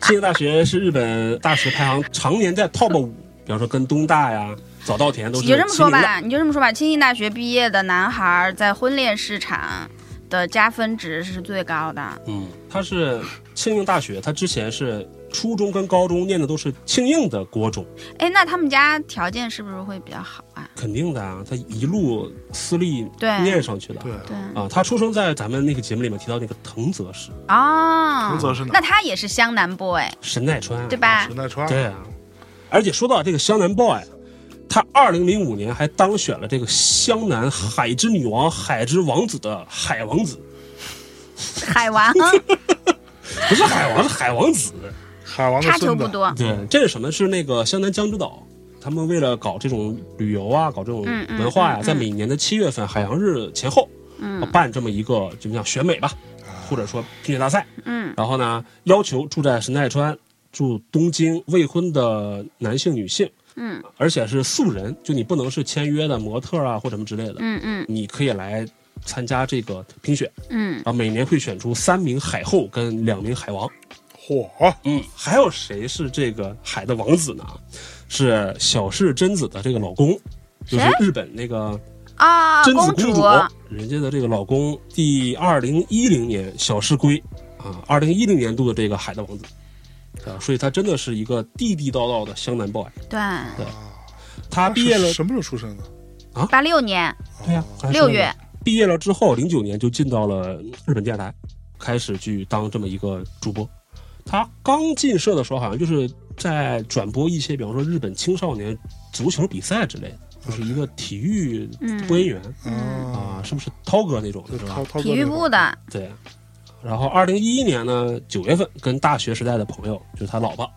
S3: 庆应大学是日本大学排行常年在 top 五，比方说跟东大呀、早稻田都是。
S2: 你就这么说，吧，你就这么说吧。庆应大学毕业的男孩在婚恋市场的加分值是最高的。
S3: 嗯，他是庆应大学，他之前是初中跟高中念的都是庆应的国中，
S2: 哎，那他们家条件是不是会比较好啊？
S3: 肯定的啊，他一路私立
S2: 对
S3: 念上去的。
S4: 对，
S2: 对
S3: 啊，他出生在咱们那个节目里面提到那个藤泽市
S4: 菏
S2: 哦，
S4: 泽是哪嗯
S2: 那？他也是湘南 boy，
S3: 神奈川啊，
S2: 对吧
S4: 神？奈川，
S3: 对啊，而且说到这个湘南 boy，他二零零五年还当选了这个湘南海之女王、海之王子的海王子，
S2: 海 王，嗯
S3: 不是海王，是海王子。
S4: 海王的
S2: 差球
S4: 孙
S2: 不
S4: 子，
S2: 多。
S3: 对，这是什么？是那个湘南江之岛他们为了搞这种旅游啊，搞这种
S2: 嗯嗯
S3: 文化呀、
S2: 嗯
S3: 在每年的七月份海洋日前后，
S2: 嗯
S3: 办这么一个怎么讲选美吧，或者说拼雪大赛。
S2: 嗯
S3: 然后呢，要求住在神奈川、住东京未婚的男性、女性，
S2: 嗯
S3: 而且是素人，就你不能是签约的模特啊或什么之类的，
S2: 嗯嗯
S3: 你可以来参加这个评选。
S2: 嗯，
S3: 啊，每年会选出三名海后跟两名海王。
S4: 嚯，
S3: 嗯，还有谁是这个海的王子呢？是小室真子的这个老公，就是
S2: 谁
S3: 日本那个
S2: 啊，
S3: 真子
S2: 公
S3: 公主，
S2: 主，
S3: 人家的这个老公，第二零一零年小室圭啊，二零一零年度的这个海的王子啊，所以他真的是一个地地道道的湘南 boy。
S2: 对，
S3: 他毕业了
S4: 是，什么时候出生的？
S2: 八六年
S3: 对呀、刚才说
S2: 六
S3: 的
S2: 月，
S3: 毕业了之后，零九年就进到了日本电视台，开始去当这么一个主播。他刚进社的时候，好像就是在转播一些，比方说日本青少年足球比赛之类的，就是一个体育
S2: 嗯
S3: 播音员啊，
S4: 啊，
S3: 是不是涛哥那种
S4: 就
S3: 的是吧
S4: 涛？涛哥
S2: 体育
S4: 那会儿
S2: 部的，
S3: 对。然后二零一一年呢，九月份跟大学时代的朋友，就是他老婆，啊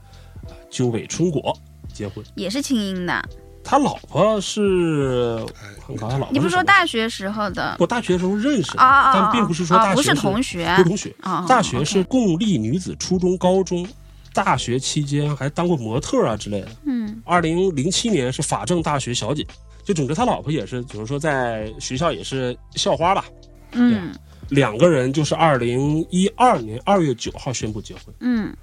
S3: 鸠尾春果结婚。
S2: 也是清音的。
S3: 他老婆是，
S4: 哎
S3: 我看他老婆
S2: 你不
S3: 是
S2: 是
S3: 什
S2: 说
S3: 么
S2: 大学时候的
S3: 我大学的时候认识的，
S2: 啊啊？
S3: 但并不是说大学
S2: 不是
S3: 是
S2: 同学，
S3: 不是同学。
S2: 哦
S3: 大学是共立女子初中、高中，大学期间还当过模特啊之类的。
S2: 嗯
S3: 二零零七年是法政大学小姐，就总之他老婆也是，就是说在学校也是校花吧。啊
S2: 嗯
S3: 两个人就是二零一二年二月九号宣布结婚，
S2: 嗯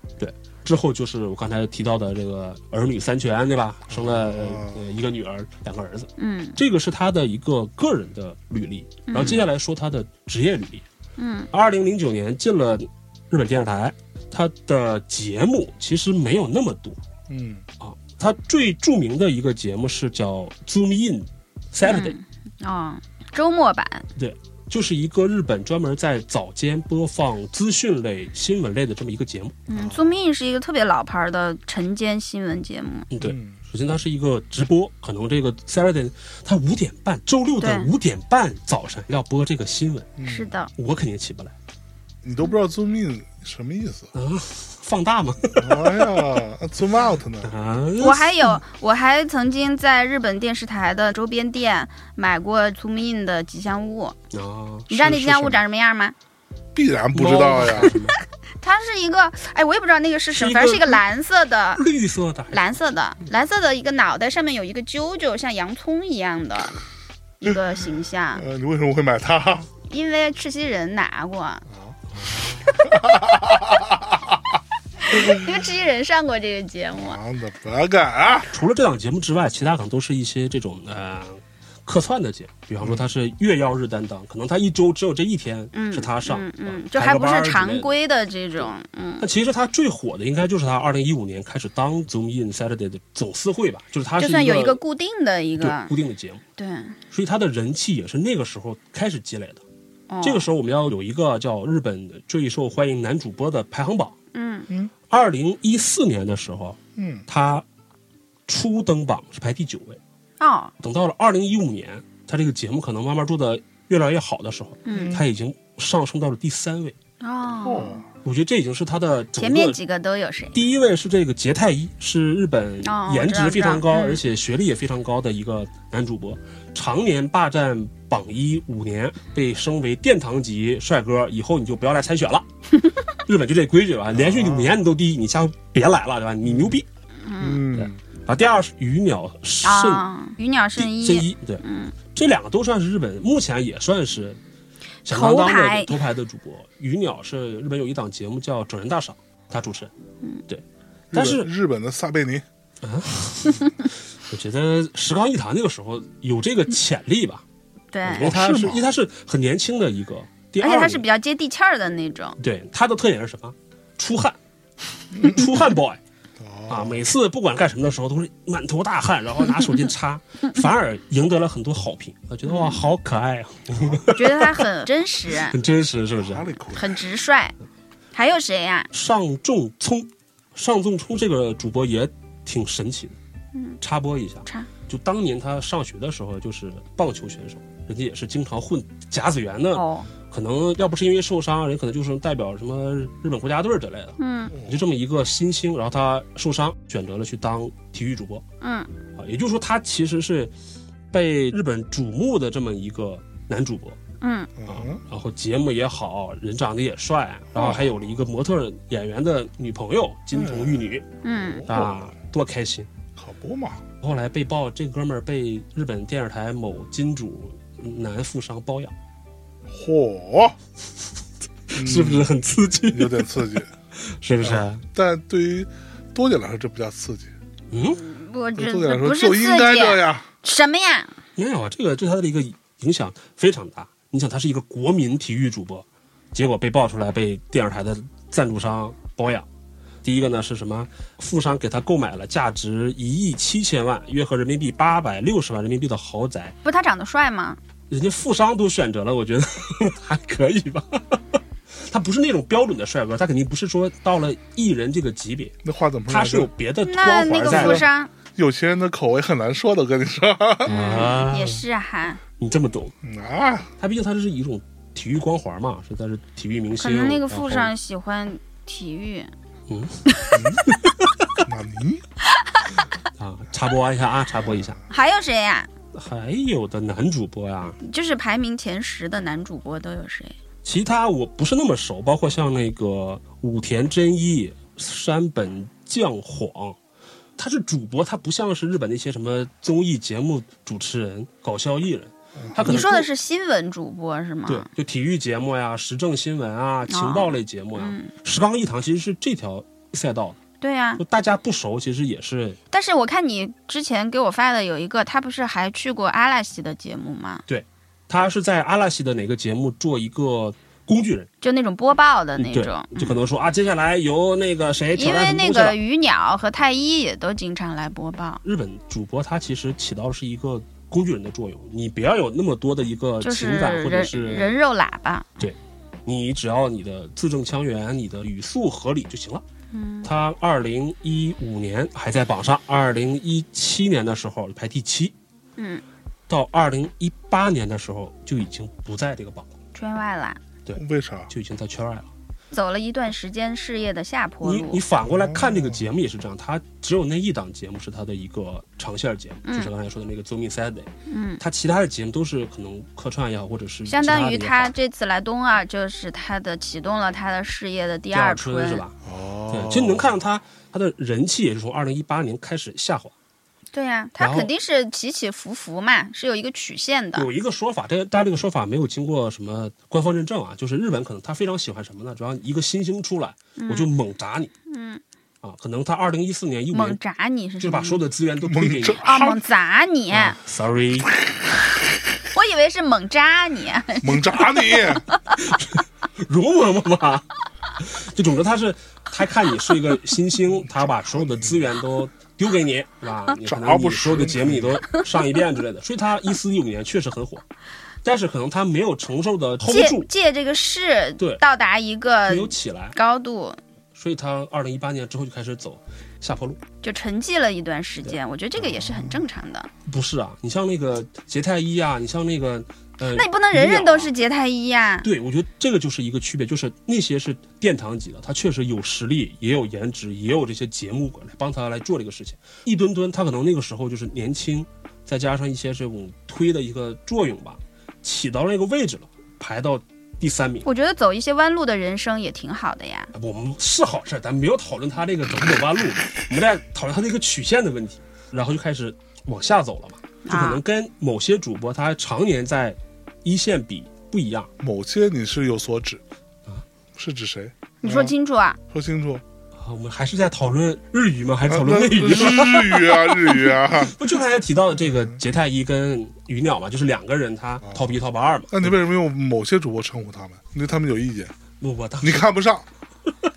S3: 之后就是我刚才提到的这个儿女三全，对吧？生了呃一个女儿，两个儿子。
S2: 嗯
S3: 这个是他的一个个人的履历，然后接下来说他的职业履历。
S2: 嗯
S3: 二零零九年进了日本电视台，他的节目其实没有那么多
S4: 嗯，
S3: 啊。他最著名的一个节目是叫《Zoom In Saturday》，
S2: 哦，周末版，
S3: 就是一个日本专门在早间播放资讯类、新闻类的这么一个节目。
S2: 嗯，Zoom In 是一个特别老牌儿的晨间新闻节目，
S3: 嗯，对。
S4: 嗯
S3: 首先，它是一个直播，可能这个 Saturday 它五点半，周六的
S2: 对
S3: 五点半早晨要播这个新闻，
S4: 嗯
S2: 是的，
S3: 我肯定起不来？
S4: 你都不知道 zoom in 什么意思
S3: 啊，放大吗？
S4: 哎呀那，zoom out 呢？
S3: 啊，
S2: 我还有，我还曾经在日本电视台的周边店买过 Zoom In 的吉祥物，
S3: 啊，
S2: 你知道那
S3: 是
S2: 吉祥物？
S3: 是什
S2: 长什么样吗？
S4: 必然不知道呀。
S2: 它是一个，哎，我也不知道那个是什
S3: 是
S2: 么，
S3: 一
S2: 反正是
S3: 个
S2: 一个蓝色的，
S3: 么绿色的，
S2: 蓝色的，蓝色的一个脑袋，上面有一个揪揪，像洋葱一样的一个形象，
S4: 呃，你为什么会买它？
S2: 因为赤西仁拿过，因为赤西仁上过这个节目，
S4: 啊，那不敢啊！
S3: 除了这档节目之外，其他可能都是一些这种呃客串的节目，比方说他是月曜日担当，可能他一周只有这一天
S2: 嗯，
S3: 是他上，
S2: 嗯嗯，
S3: 啊
S2: 就还不
S3: 排个
S2: 是
S3: 班儿之类
S2: 常
S3: 的。
S2: 规的这种，嗯
S3: 那其实他最火的应该就是他二零一五年开始当 Zoom In Saturday 的总司会吧，就是他是
S2: 就算有一
S3: 一
S2: 个嗯固定的一
S3: 对
S2: 个
S3: 固，定的节目，
S2: 对，
S3: 所以他的人气也是那个时候开始积累的。
S2: 哦
S3: 这个时候我们要有一个叫日本最受欢迎男主播的排行榜，
S2: 嗯
S3: 二零一四年的时候
S4: 嗯，
S3: 他初登榜是排第九位。
S2: 哦，
S3: 等到了二零一五年，他这个节目可能慢慢做的越来越好的时候，
S2: 嗯
S3: 他已经上升到了第三位。
S2: 哦，
S3: 我觉得这已经是他的整个
S2: 前面几个都有谁？
S3: 第一位是这个杰太一，是日本
S2: 哦
S3: 颜值非常高，
S2: 我知道知道嗯
S3: 而且学历也非常高的一个男主播，常年霸占榜一五年，被升为殿堂级帅哥，以后你就不要来参选 了。日本就这规矩
S2: 哦
S3: 吧，连续五年你都第一，你下回别来了，对吧？你牛逼
S4: 嗯，
S3: 啊！第二是鱼鸟慎
S2: 啊，鱼鸟
S3: 第
S2: 圣
S3: 真
S2: 一，嗯
S3: 一，对，这两个都算是日本目前也算是响
S2: 头
S3: 当当
S2: 牌
S3: 的头牌的主播。鱼鸟是日本有一档节目叫《整人大赏》，他主持人，
S2: 嗯
S3: 对。但
S4: 日
S3: 是
S4: 本日本的撒贝宁，
S3: 我觉得石刚一堂那个时候有这个潜力吧，
S2: 对，
S3: 因为他
S4: 是
S3: 是
S4: 吗
S3: 因为他是很年轻的一个，第
S2: 而
S3: 二
S2: 且他
S3: 个
S2: 是比较接地气儿的那种，
S3: 对他的特点是什么？出汗，出汗 boy。啊，每次不管干什么的时候都是满头大汗，然后拿手巾擦，反而赢得了很多好评。我觉得哇，好可爱啊，
S2: 我觉得他很真实，
S3: 很真实，是不是？
S4: 哪里口？
S2: 很直率。还有谁呀、
S3: 上仲聪，上仲聪这个主播也挺神奇的。嗯，插播一下，
S2: 插
S3: 就当年他上学的时候，就是棒球选手，人家也是经常混甲子园的
S2: 哦，
S3: 可能要不是因为受伤，人可能就是代表什么日本国家队之类的。
S2: 嗯
S3: 就这么一个新星，然后他受伤，选择了去当体育主播
S2: 嗯
S3: 啊，也就是说他其实是被日本瞩目的这么一个男主播。
S2: 嗯
S4: 嗯，
S3: 然后节目也好，人长得也帅，然后还有了一个模特演员的女朋友，金童玉女、
S2: 嗯
S3: 啊，多开心！
S4: 可不嘛，
S3: 后来被曝这哥们儿被日本电视台某金主男富商包养，
S4: 嚯，
S3: 是不是很刺激？
S4: 有点刺激，
S3: 是不是？
S4: 但对于多姐来说这不叫刺激，
S3: 嗯，
S2: 嗯，我
S4: 对
S2: 这
S4: 多姐来
S2: 不
S4: 说
S2: 是
S4: 就
S2: 刺激
S4: 应该这样，
S2: 什么呀？
S3: 没有啊，这个对他的一个影响非常大。你想，他是一个国民体育主播，结果被爆出来被电视台的赞助商包养。第一个呢是什么？富商给他购买了价值一亿七千万，约合人民币八百六十万人民币的豪宅。
S2: 不是他长得帅吗？
S3: 人家富商都选择了，我觉得还可以吧。 他不是那种标准的帅哥，他肯定不是说到了艺人这个级别，
S4: 那话怎么说
S3: 他
S4: 来
S3: 是
S4: 着？
S3: 有别的光
S2: 那那
S3: 环
S2: 个
S3: 在
S2: 富
S3: 的。
S2: 商
S4: 有钱人的口味很难说的，我跟你说
S3: 啊
S2: 嗯也是哈，
S3: 你这么懂，
S4: 啊，
S3: 他毕竟他是一种体育光环嘛，是他是体育明
S2: 可
S3: 星。
S2: 能那个富
S3: 然后
S2: 商喜欢体育。
S4: 纳尼？
S3: 啊，插播一下啊，插播一下，
S2: 还有谁呀、
S3: 还有的男主播呀、
S2: 就是排名前十的男主播都有谁？
S3: 其他我不是那么熟，包括像那个武田真一、山本将晃，他是主播，他不像是日本那些什么综艺节目主持人、搞笑艺人，他可能
S2: 嗯你说的
S3: 更
S2: 是新闻主播是吗？哦
S3: 对，就体育节目呀、时政新闻啊、情报类节目呀，
S2: 嗯
S3: 石刚一堂其实是这条赛道的，
S2: 对呀、
S3: 就大家不熟，其实也是
S2: 但是我看你之前给我发的有一个，他不是还去过阿拉西的节目吗？
S3: 他是在阿拉西的哪个节目做一个工具人，
S2: 就那种播报的那
S3: 对
S2: 种，，
S3: 就可能说啊，接下来由那个谁挑
S2: 因
S3: 战
S2: 为
S3: 哎什么
S2: 那
S3: 东西了
S2: 个鱼鸟和太一也都经常来播报，
S3: 日本主播他其实起到的是一个工具人的作用，你不要有那么多的一个
S2: 就是
S3: 呃情感，或者
S2: 人
S3: 是
S2: 人肉喇叭。
S3: 你只要你的字正腔圆，你的语速合理就行了。嗯，他二零一五年还在榜上，二零一七年的时候排第七，
S2: 嗯，
S3: 到二零一八年的时候就已经不在这个榜了，
S2: 圈外啦，
S4: 为啥？
S3: 就已经在圈外了。
S2: 走了一段时间事业的下坡
S3: 你你
S2: 路。
S3: 反过来
S4: 哦
S3: 看这个节目也是这样，它只有那一档节目是它的一个长线节目，就是刚才说的那个《综艺 Saturday》。
S2: 嗯，
S3: 它其他的节目都是可能客串也好，或者是
S2: 相当
S3: 其他的
S2: 于
S3: 也
S2: 他
S3: 好
S2: 这次来东二，就是他的启动了他的事业的第
S3: 第二
S2: 春，
S3: 是？吧？
S4: 哦
S3: 对，其实你能看到它它的人气也是从二零一八年开始下滑。
S2: 对呀、他
S3: 然后
S2: 肯定是起起伏伏嘛，是有一个曲线的。
S3: 有一个说法，这但这个说法没有经过什么官方认证啊，就是日本可能他非常喜欢什么呢？只要一个新星出来，我就猛砸你。
S2: 嗯，
S3: 啊，可能他二零一四年一五
S2: 猛
S3: 年
S2: 砸你是
S3: 就
S2: 什么
S3: 把
S2: 意思？
S3: 所有的资源都推给你
S4: 猛。
S2: 啊，猛砸你！
S3: 啊 Sorry，
S2: 我以为是猛扎你。
S4: 猛扎你，
S3: 容嬷嬷吧。 就总之他是他看你是一个新星，他把所有的资源都丢给你，是 吧？你可能你所有的节目你都上一遍之类的，所以他一四一五年确实很火，但是可能他没有承受的 hold
S2: 借
S3: 住，
S2: 借这个势
S3: 对
S2: 到达一个
S3: 没有起来，
S2: 高度，
S3: 所以他二零一八年之后就开始走下坡路。
S2: 就沉寂了一段时间。我觉得这个也是很正常的。
S3: 不是啊，你像那个杰太一啊，你像那个呃，
S2: 那你不能人人都是杰太一呀、
S3: 对，我觉得这个就是一个区别，就是那些是殿堂级的，他确实有实力，也有颜值，也有这些节目来帮他来做这个事情。一吨吨，他可能那个时候就是年轻，再加上一些这种推的一个作用吧，起到那个位置了，排到第三名。
S2: 我觉得走一些弯路的人生也挺好的呀。
S3: 我们是好事，咱没有讨论他这个走不走弯路，我们在讨论他的一个曲线的问题，然后就开始往下走了嘛，就可能跟某些主播他常年在一线比不一样。
S4: 某些你是有所指，是指谁？
S2: 你说清楚啊！
S4: 说清楚。
S3: 啊，我们还是在讨论日语 吗？还是讨
S4: 啊
S3: 论
S4: 那
S3: 内语？
S4: 日语啊，日语啊。
S3: 不就刚才提到的这个杰太一跟鱼鸟嘛，就是两个人他套 B 套八二嘛。
S4: 啊那你为什么用某些主播称呼他们？你对他们有意见？
S3: 我我当时
S4: 你看不上？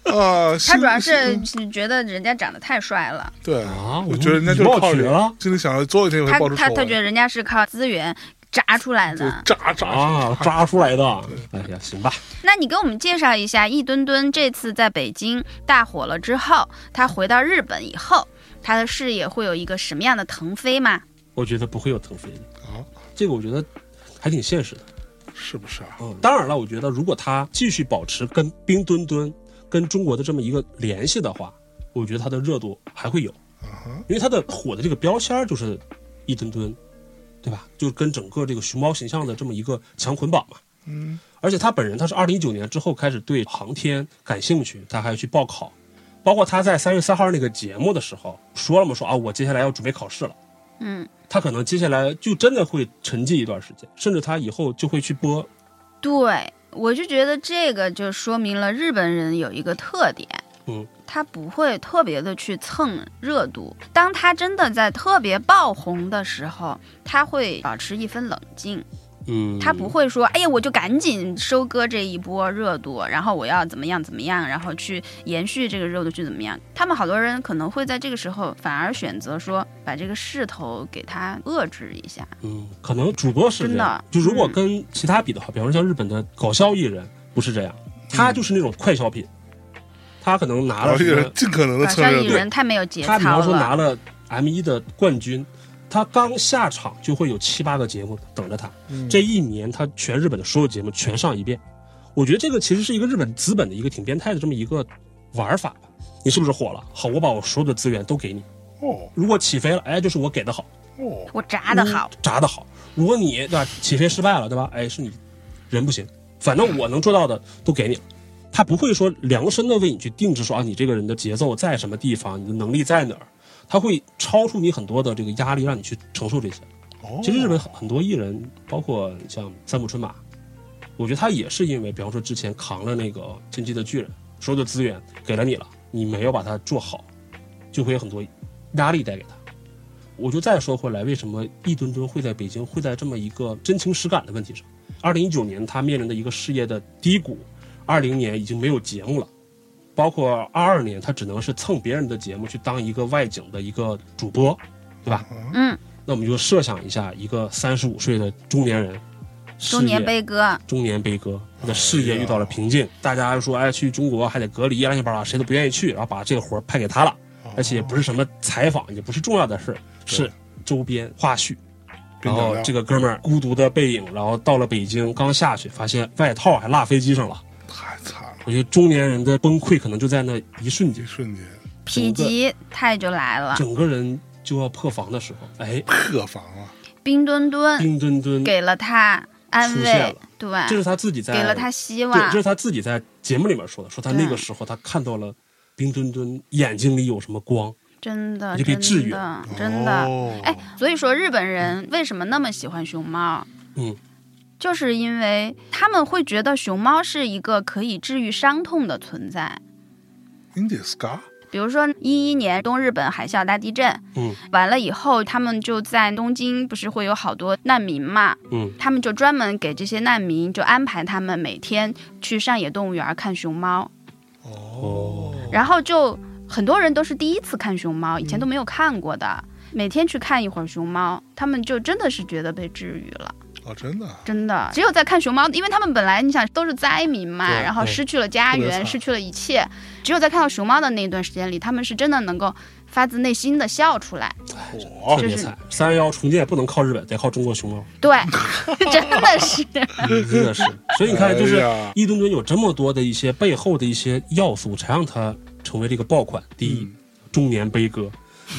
S4: 啊，
S2: 他
S4: 心
S2: 主要是觉得人家长得太帅了，
S4: 对
S3: 啊
S4: 我觉得人家就是靠
S3: 我以貌取
S4: 脸
S3: 人，
S4: 心里想着总有一天我
S2: 他
S4: 会爆出
S2: 他
S4: 头
S2: 他
S4: 来
S2: 觉得嗯人家是靠资源炸出来
S4: 就
S2: 的。
S4: 渣渣
S3: 啊抓出来的，哎呀，行吧，
S2: 那你给我们介绍一下，一吨吨这次在北京大火了之后，他回到日本以后，他的事业会有一个什么样的腾飞吗？
S3: 我觉得不会有腾飞的
S4: 啊，
S3: 这个我觉得还挺现实的。
S4: 是不是啊？
S3: 嗯，当然了，我觉得如果他继续保持跟冰墩墩、跟中国的这么一个联系的话，我觉得它的热度还会有，
S4: 啊哈，
S3: 因为它的火的这个标签儿就是一墩墩，对吧？就跟整个这个熊猫形象的这么一个强捆绑嘛。
S4: 嗯，
S3: 而且他本人他是二零一九年之后开始对航天感兴趣，他还去报考，包括他在三月三号那个节目的时候说了嘛，说啊我接下来要准备考试了。
S2: 嗯，
S3: 他可能接下来就真的会沉寂一段时间，甚至他以后就会去播。
S2: 对，我就觉得这个就说明了日本人有一个特点，
S3: 嗯，
S2: 他不会特别的去蹭热度。当他真的在特别爆红的时候，他会保持一分冷静，
S3: 嗯，
S2: 他不会说，哎呀，我就赶紧收割这一波热度，然后我要怎么样怎么样，然后去延续这个热度去怎么样。他们好多人可能会在这个时候反而选择说，把这个势头给它遏制一下。
S3: 嗯，可能主播是这样
S2: 真的嗯
S3: 就如果跟其他比的话，比方说像日本的搞笑艺人不是这样，
S2: 嗯
S3: 他就是那种快消品，他可能拿
S4: 搞
S3: 了
S4: 笑艺
S3: 什
S4: 人
S3: 么，
S4: 尽可能的
S2: 搞
S4: 蹭
S2: 笑
S4: 热
S2: 艺
S4: 度，
S2: 人太没有节
S3: 他比方
S2: 操
S3: 说
S2: 了，
S3: 拿了 M 一的冠军，他刚下场就会有七八个节目等着他，
S4: 嗯
S3: 这一年他全日本的所有节目全上一遍，我觉得这个其实是一个日本资本的一个挺变态的这么一个玩法吧。你是不是火了？好，我把我所有的资源都给你。
S4: 哦
S3: 如果起飞了，哎，就是我给的好，
S4: 哦，
S2: 我炸的好。
S3: 嗯炸得好。如果你对吧起飞失败了，对吧？哎，是你人不行，反正我能做到的都给你了。他不会说量身的为你去定制说啊，你这个人的节奏在什么地方，你的能力在哪儿，他会超出你很多的这个压力，让你去承受这些。
S4: 哦
S3: 其实日本很很多艺人，包括像三浦春马，我觉得他也是因为，比方说之前扛了那个《进击的巨人》，所有的资源给了你了，你没有把它做好，就会有很多压力带给他。我就再说回来，为什么一吨吨会在北京，会在这么一个真情实感的问题上？二零一九年他面临的一个事业的低谷，二零年已经没有节目了，包括二二年他只能是蹭别人的节目去当一个外景的一个主播，对吧？
S2: 嗯，
S3: 那我们就设想一下，一个三十五岁的中年人，
S2: 中年
S3: 事业
S2: 悲歌，
S3: 中年悲歌，他的事业遇到了瓶颈，大家说哎去中国还得隔离啊乱七八糟，谁都不愿意去，然后把这个活儿派给他了，而且也不是什么采访，也不是重要的事儿，是周边花絮。
S4: 冰
S3: 然
S4: 糖
S3: 后
S4: 料
S3: 哦这个哥们儿孤独的背影，然后到了北京，刚下去发现外套还落飞机上了。
S4: 太惨了，
S3: 我觉得中年人的崩溃可能就在那一瞬间
S4: 一，瞬间
S2: 否极泰就来了。
S3: 整个人就要破防的时候，哎，
S4: 破防啊，
S2: 冰墩墩
S3: 冰墩墩，
S2: 给了他安
S3: 嗯出现
S2: 慰
S3: 了，这
S2: 对，
S3: 是他自己在
S2: 给了他希
S3: 对，
S2: 望
S3: 这是。他自己在节目里面说的，说他那个时候他看到了冰墩墩眼睛里有什么光，
S2: 真的，
S3: 你就可以治愈
S2: 真的，真的。
S4: 哦
S2: 哎，所以说日本人为什么那么喜欢熊猫？
S3: 嗯，
S2: 就是因为他们会觉得熊猫是一个可以治愈伤痛的存在。
S4: ，Indie Scar，
S2: 比如说一一年东日本海啸大地震，
S3: 嗯
S2: 完了以后，他们就在东京不是会有好多难民嘛，
S3: 嗯，
S2: 他们就专门给这些难民就安排他们每天去上野动物园看熊猫，
S4: 哦，
S2: 然后就很多人都是第一次看熊
S4: 嗯
S2: 猫，以前都没有看过的。每天去看一会儿熊猫，他们就真的是觉得被治愈了，
S4: 哦，真的啊，
S2: 真的。只有在看熊猫，因为他们本来你想都是灾民嘛，
S3: 对
S2: 然后
S3: 对
S2: 失去了家
S4: 特别
S2: 园，
S4: 惨
S2: 失去了一切。只有在看到熊猫的那一段时间里，他们是真的能够发自内心的笑出来。
S3: 特
S4: 哦，
S3: 别惨。三幺幺重建不能靠日本，得靠中国熊猫，
S2: 对，真的是。
S3: 嗯真的是。所以你看，就是
S4: 哎呀
S3: 一墩墩有这么多的一些背后的一些要素，才让他成为这个爆款。第一，
S4: 嗯
S3: 中年悲歌。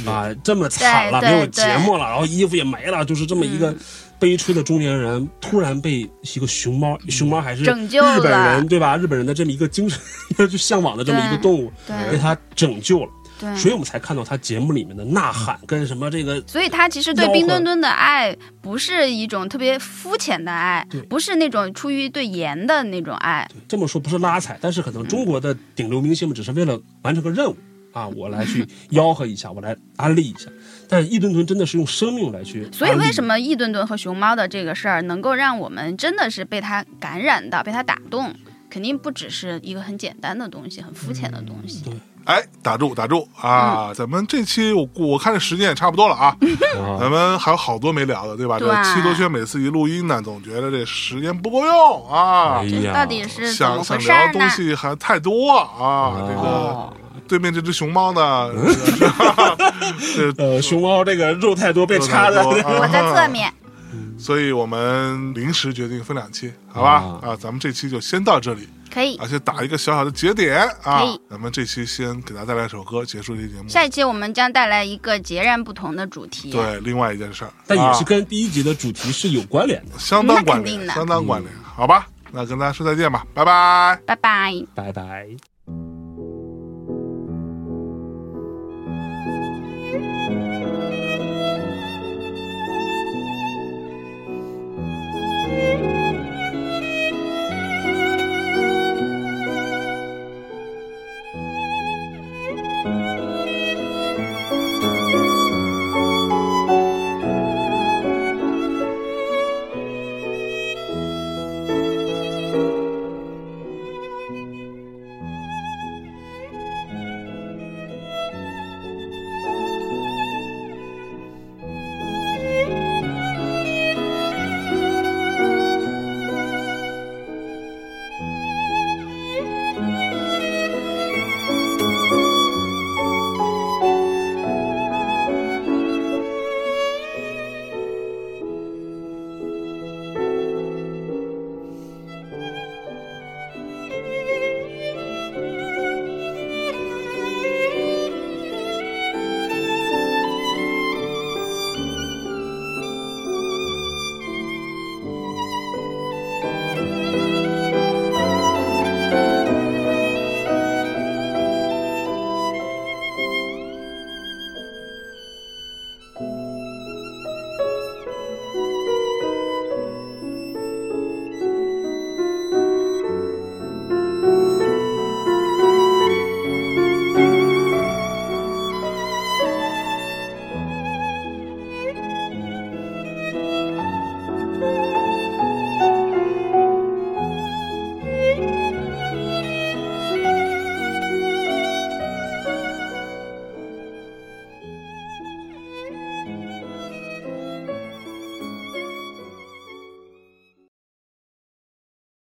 S3: 啊，这么惨了，
S2: 对
S3: 没
S2: 对嗯
S3: 有节目了，然后衣服也没了，就是这么一个悲催的中年人，突然被一个熊猫，熊猫还是
S2: 嗯拯救
S3: 日本
S2: 了
S3: 人对吧？日本人的这么一个精神 就向往的这么一个
S2: 对
S3: 动物，被
S2: 对嗯
S3: 他拯救了，
S2: 对，
S3: 所以我们才看到他节目里面的呐喊跟什么这个
S2: 所以他其实对
S3: 吆喝
S2: 冰墩墩的爱不是一种特别肤浅的爱
S3: 对，
S2: 不是那种出于对盐的那种爱，
S3: 这么说不是拉踩，但是可能中国的顶流明星们只是为了完成个任务啊，我来 去吆喝一下，我来安利一下。但是一吨吨真的是用生命来去，
S2: 所以
S4: 嗯
S2: 为什？么一墩墩和熊猫的这个事儿能够让我们真的是被他感染到，被他打动？肯定不只是一个很简单的东西，很肤浅的东西。
S4: 哎，打住打住
S2: 嗯
S4: 啊！咱们这期我我看这时间也差不多了啊，
S3: 嗯
S4: 咱们还有好多没聊的，对吧？
S2: 对啊
S4: 这七多轩每次一录音呢，总觉得这时间不够用啊
S3: 哎，
S2: 这
S3: 呀，
S2: 到底是怎
S4: 想
S2: 么
S4: 想
S2: 回事
S4: 聊
S2: 儿
S4: 的
S2: 呢
S4: 东？西还太多啊。这个
S2: 哦，
S4: 对面这只熊猫呢，
S3: 呃，熊猫这个肉太多被
S4: 肉太
S3: 插的，
S4: 多啊
S2: 我在侧面，
S4: 所以我们临时决定分两期，好吧？
S3: 啊
S4: 啊，咱们这期就先到这里，
S2: 可 以。
S4: 而且打一个小小的节点啊
S2: 可以。
S4: 咱们这期先给大家带来一首歌，结束这期节目。
S2: 下一期我们将带来一个截然不同的主题。
S4: 对，另外一件事儿，
S3: 但也是
S4: 啊
S3: 跟第一集的主题是有关联的。
S4: 相当关
S2: 那肯
S4: 联，
S2: 定的
S4: 相当关联，好吧？那跟大家说再见吧，拜拜。
S2: 拜拜。
S3: 拜拜。
S5: Thank